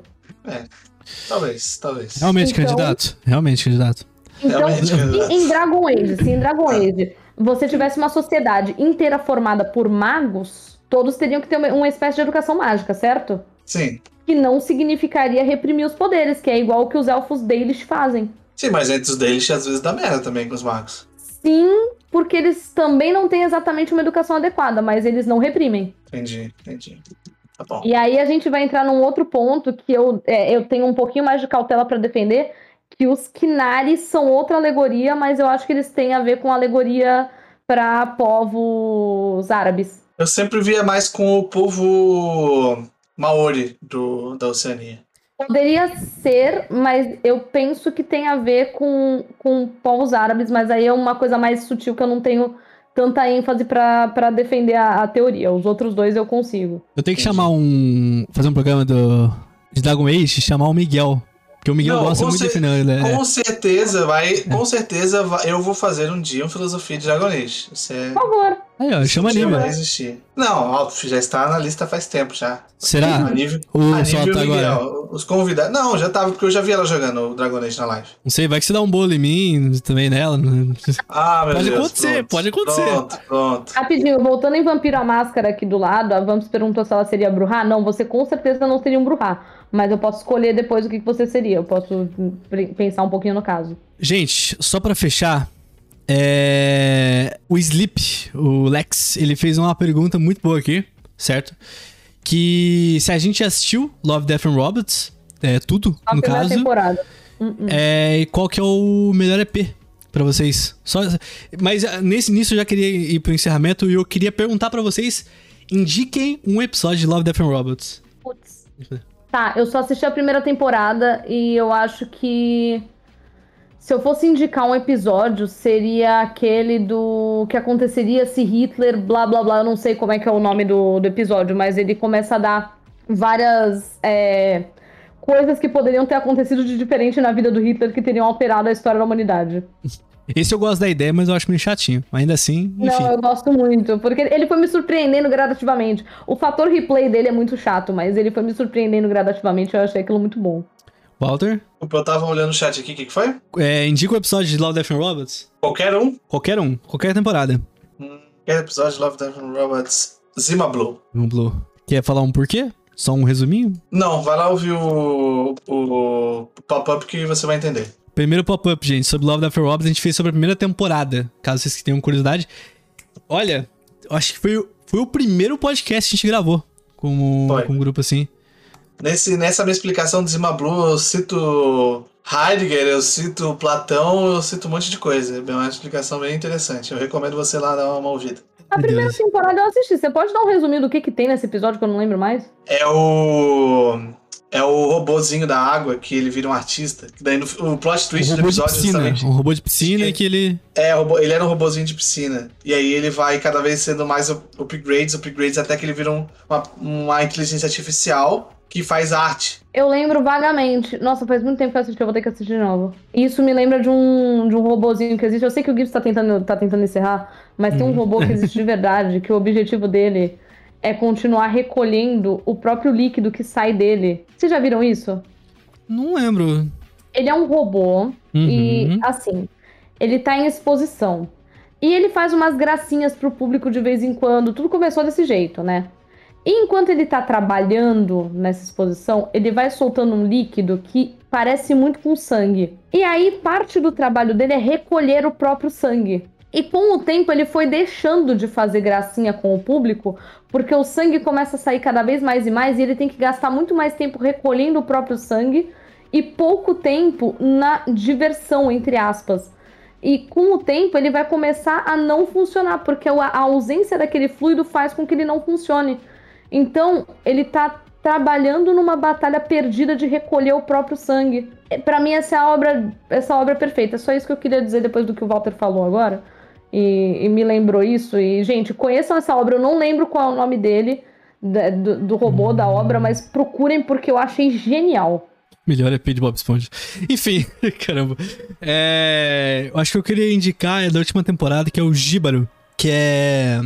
Talvez, talvez. Realmente, Então- candidato. Realmente, candidato. Então, Realmente, se exato. em Dragon Age, se em Dragon Age você tivesse uma sociedade inteira formada por magos, todos teriam que ter uma, uma espécie de educação mágica, certo? Sim. Que não significaria reprimir os poderes, que é igual o que os elfos Dalish fazem. Sim, mas entre os deles às vezes dá merda também com os magos. Sim, porque eles também não têm exatamente uma educação adequada, mas eles não reprimem. Entendi, entendi. Tá bom. E aí a gente vai entrar num outro ponto que eu, é, eu tenho um pouquinho mais de cautela para defender, que os Kinaris são outra alegoria, mas eu acho que eles têm a ver com alegoria para povos árabes. Eu sempre via mais com o povo maori do, da Oceania. Poderia ser, mas eu penso que tem a ver com, com povos árabes, mas aí é uma coisa mais sutil que eu não tenho tanta ênfase para defender a- a teoria. Os outros dois eu consigo. Eu tenho que Entendi. chamar um. fazer um programa do. de Dragon Age e chamar o Miguel. Porque o Miguel Não, gosta com muito de cer- final. Ele é- Com certeza vai, com certeza vai- eu vou fazer um dia um filosofia de Dragon Age. Isso é Por favor. Aí, ó, Ah, chama isso vai anima. existir. Não, Alto já está na lista faz tempo já. Será? A nível, a Ou nível Hum, solta agora? Miguel, os convidados. Não, já tava porque eu já vi ela jogando o Dragon Age na live. Não sei, vai que você dá um bolo em mim, também nela. né? não- Ah, meu Pode Deus. acontecer, pronto, pode acontecer. Pronto, pronto. Rapidinho, voltando em Vampiro a Máscara aqui do lado, a Vamps perguntou se ela seria Bruhá. Não, você com certeza não seria um Bruhá. Mas eu posso escolher depois o que que você seria. Eu posso pre- pensar um pouquinho no caso. Gente, só pra fechar, é... o Sleep, o Lex, ele fez uma pergunta muito boa aqui, certo? Que se a gente assistiu Love, Death and Robots, é tudo, A no primeira caso, temporada. Hum, hum. é, e qual que é o melhor EP pra vocês? Só, mas ah, nesse nisso eu já queria ir pro encerramento e eu queria perguntar pra vocês, indiquem um episódio de Love, Death and Robots. Putz. Tá, eu só assisti a primeira temporada e eu acho que. Se eu fosse indicar um episódio, seria aquele do que aconteceria se Hitler, blá blá blá, eu não sei como é que é o nome do, do episódio, mas ele começa a dar várias é, coisas que poderiam ter acontecido de diferente na vida do Hitler que teriam alterado a história da humanidade. Esse eu gosto da ideia, mas eu acho meio chatinho. Ainda assim, enfim. Não, eu gosto muito, porque ele foi me surpreendendo gradativamente. O fator replay dele é muito chato, mas ele foi me surpreendendo gradativamente, eu achei aquilo muito bom. Walter, Eu tava olhando o chat aqui, o que, que foi? é, indica o episódio de Love, Death and Robots? Qualquer um? Qualquer um, qualquer temporada. Qualquer episódio de Love, Death and Robots. Zima Blue. Um Blue. Quer falar um porquê? Só um resuminho? Não, vai lá ouvir o, o, o pop-up que você vai entender. Primeiro pop-up, gente, sobre Love, Death and Robots, a gente fez sobre a primeira temporada, caso vocês que tenham curiosidade. Olha, eu acho que foi, o- foi o primeiro podcast que a gente gravou com, Foi. com um grupo assim. Nesse, nessa minha explicação de Zima Blue, eu cito Heidegger, eu cito Platão, eu cito um monte de coisa. É uma explicação bem interessante. Eu recomendo você lá dar uma ouvida. A Meu primeira Deus. temporada eu assisti. Você pode dar um resumido do que, que tem nesse episódio que eu não lembro mais? É o. É o robozinho da água que ele vira um artista. Que daí no, o plot Um twist do robô de episódio é piscina. justamente. Um robô de piscina que ele. É, robô- ele era um robozinho de piscina. E aí ele vai cada vez sendo mais up- upgrades, upgrades, até que ele vira um- uma, uma inteligência artificial que faz arte. Eu lembro vagamente. Nossa, faz muito tempo que eu assisti, eu vou ter que assistir de novo. E Isso me lembra de um, de um robozinho que existe. Eu sei que o Gibbs tá tentando, tá tentando encerrar, mas Hum. tem um robô que existe de verdade, que o objetivo dele é continuar recolhendo o próprio líquido que sai dele. Vocês já viram isso? Não lembro. Ele é um robô e, Uhum. assim, ele tá em exposição. E ele faz umas gracinhas pro público de vez em quando. Tudo começou desse jeito, né? E enquanto ele tá trabalhando nessa exposição, ele vai soltando um líquido que parece muito com sangue. E aí, parte do trabalho dele é recolher o próprio sangue. E com o tempo, ele foi deixando de fazer gracinha com o público, porque o sangue começa a sair cada vez mais e mais, e ele tem que gastar muito mais tempo recolhendo o próprio sangue e pouco tempo na diversão, entre aspas. E com o tempo ele vai começar a não funcionar, porque a a ausência daquele fluido faz com que ele não funcione. Então ele tá trabalhando numa batalha perdida de recolher o próprio sangue. É, Pra mim essa é a obra, essa obra perfeita. É só isso que eu queria dizer depois do que o Walter falou agora. E, e me lembrou isso. E gente, conheçam essa obra. Eu não lembro qual é o nome dele, da- do, do robô da obra, mas procurem porque eu achei genial. Melhor EP de Bob Esponja. Enfim, caramba. É, eu acho que eu queria indicar é da última temporada, que é o Gíbaro, que é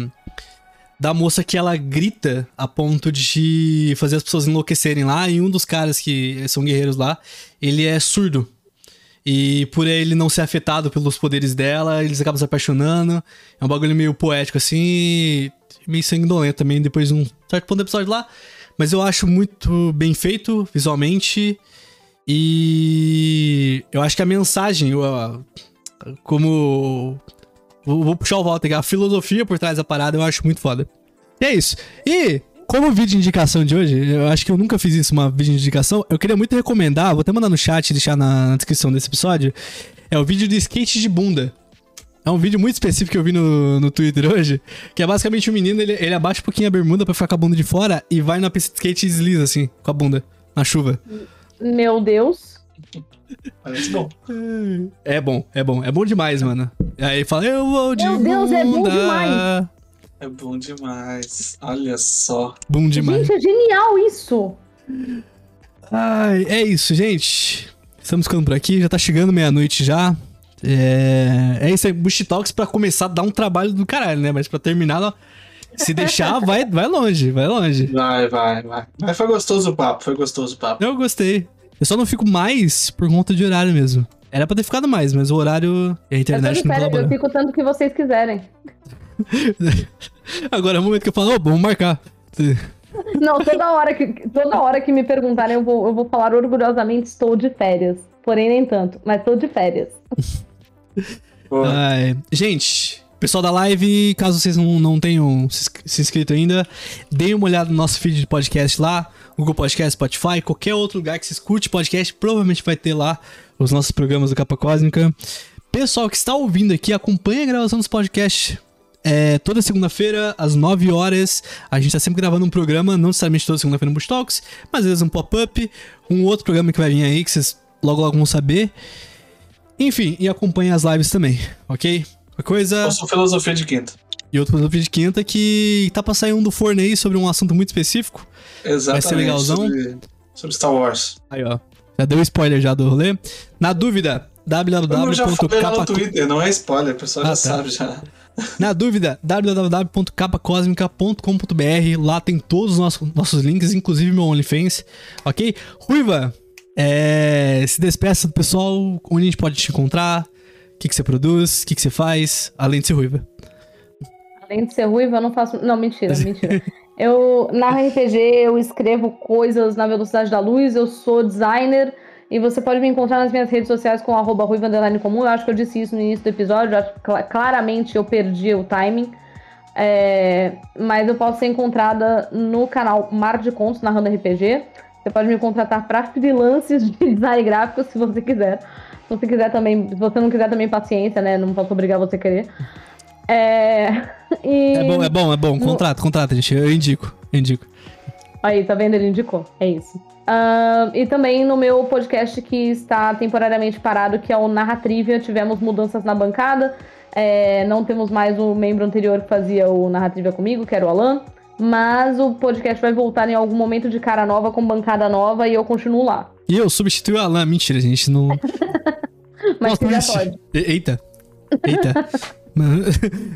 da moça que ela grita a ponto de fazer as pessoas enlouquecerem lá, e um dos caras que são guerreiros lá, ele é surdo. E por ele não ser afetado pelos poderes dela, eles acabam se apaixonando. É um bagulho meio poético, assim, e meio sanguinolento também, depois de um certo ponto do episódio lá. Mas eu acho muito bem feito, visualmente. E eu acho que a mensagem, o- a- como. Vou vou puxar o Walter aqui, a filosofia por trás da parada eu acho muito foda. E é isso. E, como o vídeo de indicação de hoje, eu acho que eu nunca fiz isso, uma vídeo de indicação, eu queria muito recomendar, vou até mandar no chat e deixar na, na descrição desse episódio, é o vídeo do skate de bunda. É um vídeo muito específico que eu vi no, no Twitter hoje, que é basicamente o menino, ele, ele abaixa um pouquinho a bermuda pra ficar com a bunda de fora e vai na pista de skate e desliza assim, com a bunda, na chuva. Meu Deus. Parece bom. É bom, é bom. É bom demais, mano. Aí fala, eu vou de Meu Deus, é bom bunda. demais. É bom demais. Olha só. Bom demais. Gente, é genial isso. Ai, é isso, gente. Estamos ficando por aqui, já tá chegando meia-noite já. É... é isso aí, Bush Talks pra começar dá um trabalho do caralho, né? Mas pra terminar, ó, se deixar, vai, vai longe, vai longe. Vai, vai, vai. Mas foi gostoso o papo, foi gostoso o papo. Eu gostei. Eu só não fico mais por conta de horário mesmo. Era pra ter ficado mais, mas o horário e a Eu tô internet né? de não férias, eu colabora. fico tanto que vocês quiserem. Agora é o momento que eu falo, ô, vamos marcar. Não, toda hora que, toda hora que me perguntarem, eu vou, eu vou falar orgulhosamente, estou de férias. Porém, nem tanto, mas estou de férias. Pô, Ai, gente, pessoal da live, caso vocês não, não tenham se ins- se inscrito ainda, deem uma olhada no nosso feed de podcast lá, Google Podcast, Spotify, qualquer outro lugar que você escute podcast, provavelmente vai ter lá os nossos programas do Capa Cósmica. Pessoal que está ouvindo aqui, acompanha a gravação dos podcasts. É, toda segunda-feira, às 9 horas, a gente tá sempre gravando um programa, não necessariamente toda segunda-feira no Bush Talks, mas às vezes um pop-up, um outro programa que vai vir aí, que vocês logo logo vão saber. Enfim, e acompanha as lives também, ok? Uma coisa. Eu sou filosofia de quinta. E outro produto de quinta que tá pra sair um do forno aí sobre um assunto muito específico. Exatamente. ser legalzão. Sobre, sobre Star Wars. Aí, ó. Já deu spoiler já do rolê. Na dúvida, eu já falei lá no www.capa... Twitter, não é spoiler, o pessoal Ah, já tá. sabe já. Na dúvida, www.capacosmica.com.br. Lá tem todos os nossos, nossos links, inclusive meu OnlyFans, ok? Ruiva, é, se despeça do pessoal, onde a gente pode te encontrar, o que, que você produz, o que, que você faz, além de ser Ruiva. Além de ser ruiva, eu não faço. Não, mentira, mentira. Eu narro RPG, eu escrevo coisas na velocidade da luz, eu sou designer. E você pode me encontrar nas minhas redes sociais com arroba ruiva underline comum. Eu acho que eu disse isso no início do episódio, eu acho que cla- claramente eu perdi o timing. É, mas eu posso ser encontrada no canal Mar de Contos, narrando RPG. Você pode me contratar para freelances de design gráfico, se você quiser. Se você quiser também, se você não quiser também paciência, né? Não posso obrigar você a querer. É, e- É bom, é bom, é bom. No- Contrato, contrato, gente. Eu indico, eu indico. Aí, tá vendo? Ele indicou. É isso. Ahn, e também no meu podcast que está temporariamente parado, que é o Narratrivia, tivemos mudanças na bancada. É, não temos mais o membro anterior que fazia o Narratrivia comigo, que era o Alan. Mas o podcast vai voltar em algum momento de cara nova, com bancada nova, e eu continuo lá. E eu substituí o Alan. Mentira, gente. Não... Mas Nossa, se já mas- pode. E- Eita. Eita. Mano,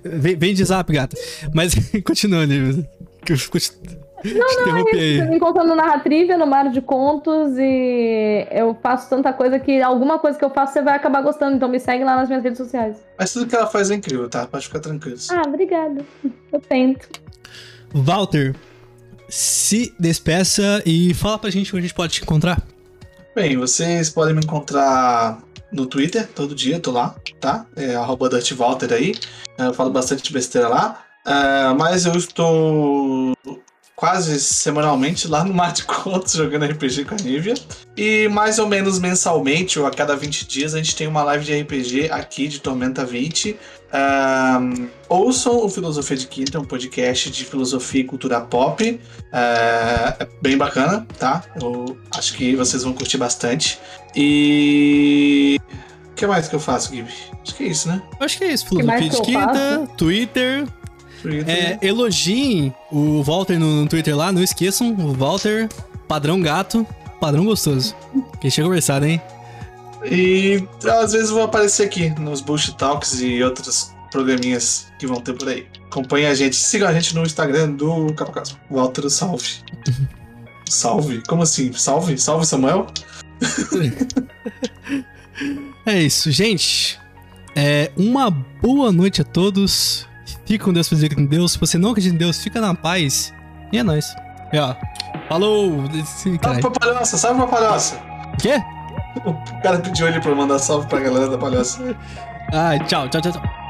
vem, vem de zap, gata. Mas continuando. que eu fico te- te interrompi aí. Me é encontrando na Narratrivia, no Mar de Contos, e eu faço tanta coisa que alguma coisa que eu faço você vai acabar gostando, então me segue lá nas minhas redes sociais. Mas tudo que ela faz é incrível, tá? Pode ficar tranquilo. Ah, obrigada. Eu tento. Walter, se despeça e fala pra gente onde a gente pode te encontrar. Bem, vocês podem me encontrar no Twitter, todo dia, tô lá, tá? É arroba Dutch Walter aí. É, Eu falo bastante besteira lá. Ah, mas eu estou quase semanalmente lá no Mar de Contos jogando RPG com a Nívia. E mais ou menos mensalmente, ou a cada 20 dias, a gente tem uma live de RPG aqui de Tormenta 20. Ah, ouçam o Filosofia de Quinta, um podcast de filosofia e cultura pop. É, é bem bacana, tá? Eu acho que vocês vão curtir bastante. E. O que mais que eu faço, Gibi? Acho que é isso, né? Eu acho que é isso. Que mais Filosofia de que eu Quinta, Twitter. É, Twitter. elogiem o Walter no, no Twitter lá, não esqueçam. O Walter, padrão gato, padrão gostoso. Que chega conversado, hein? E às vezes eu vou aparecer aqui nos Bullshit Talks e outros programinhas que vão ter por aí. Acompanhe a gente, sigam a gente no Instagram do Capacasmo. Walter, salve. salve? Como assim? Salve? Salve, Samuel? É isso, gente. É uma boa noite a todos. Fica com Deus, fica com Deus. Se você não acredita em Deus, fica na paz. E é nóis. E ó, falou! Salve Caralho. pra palhaça, salve pra palhaça. Quê? O cara pediu ele pra eu mandar salve pra galera da palhaça. Ah, tchau, tchau, tchau. tchau.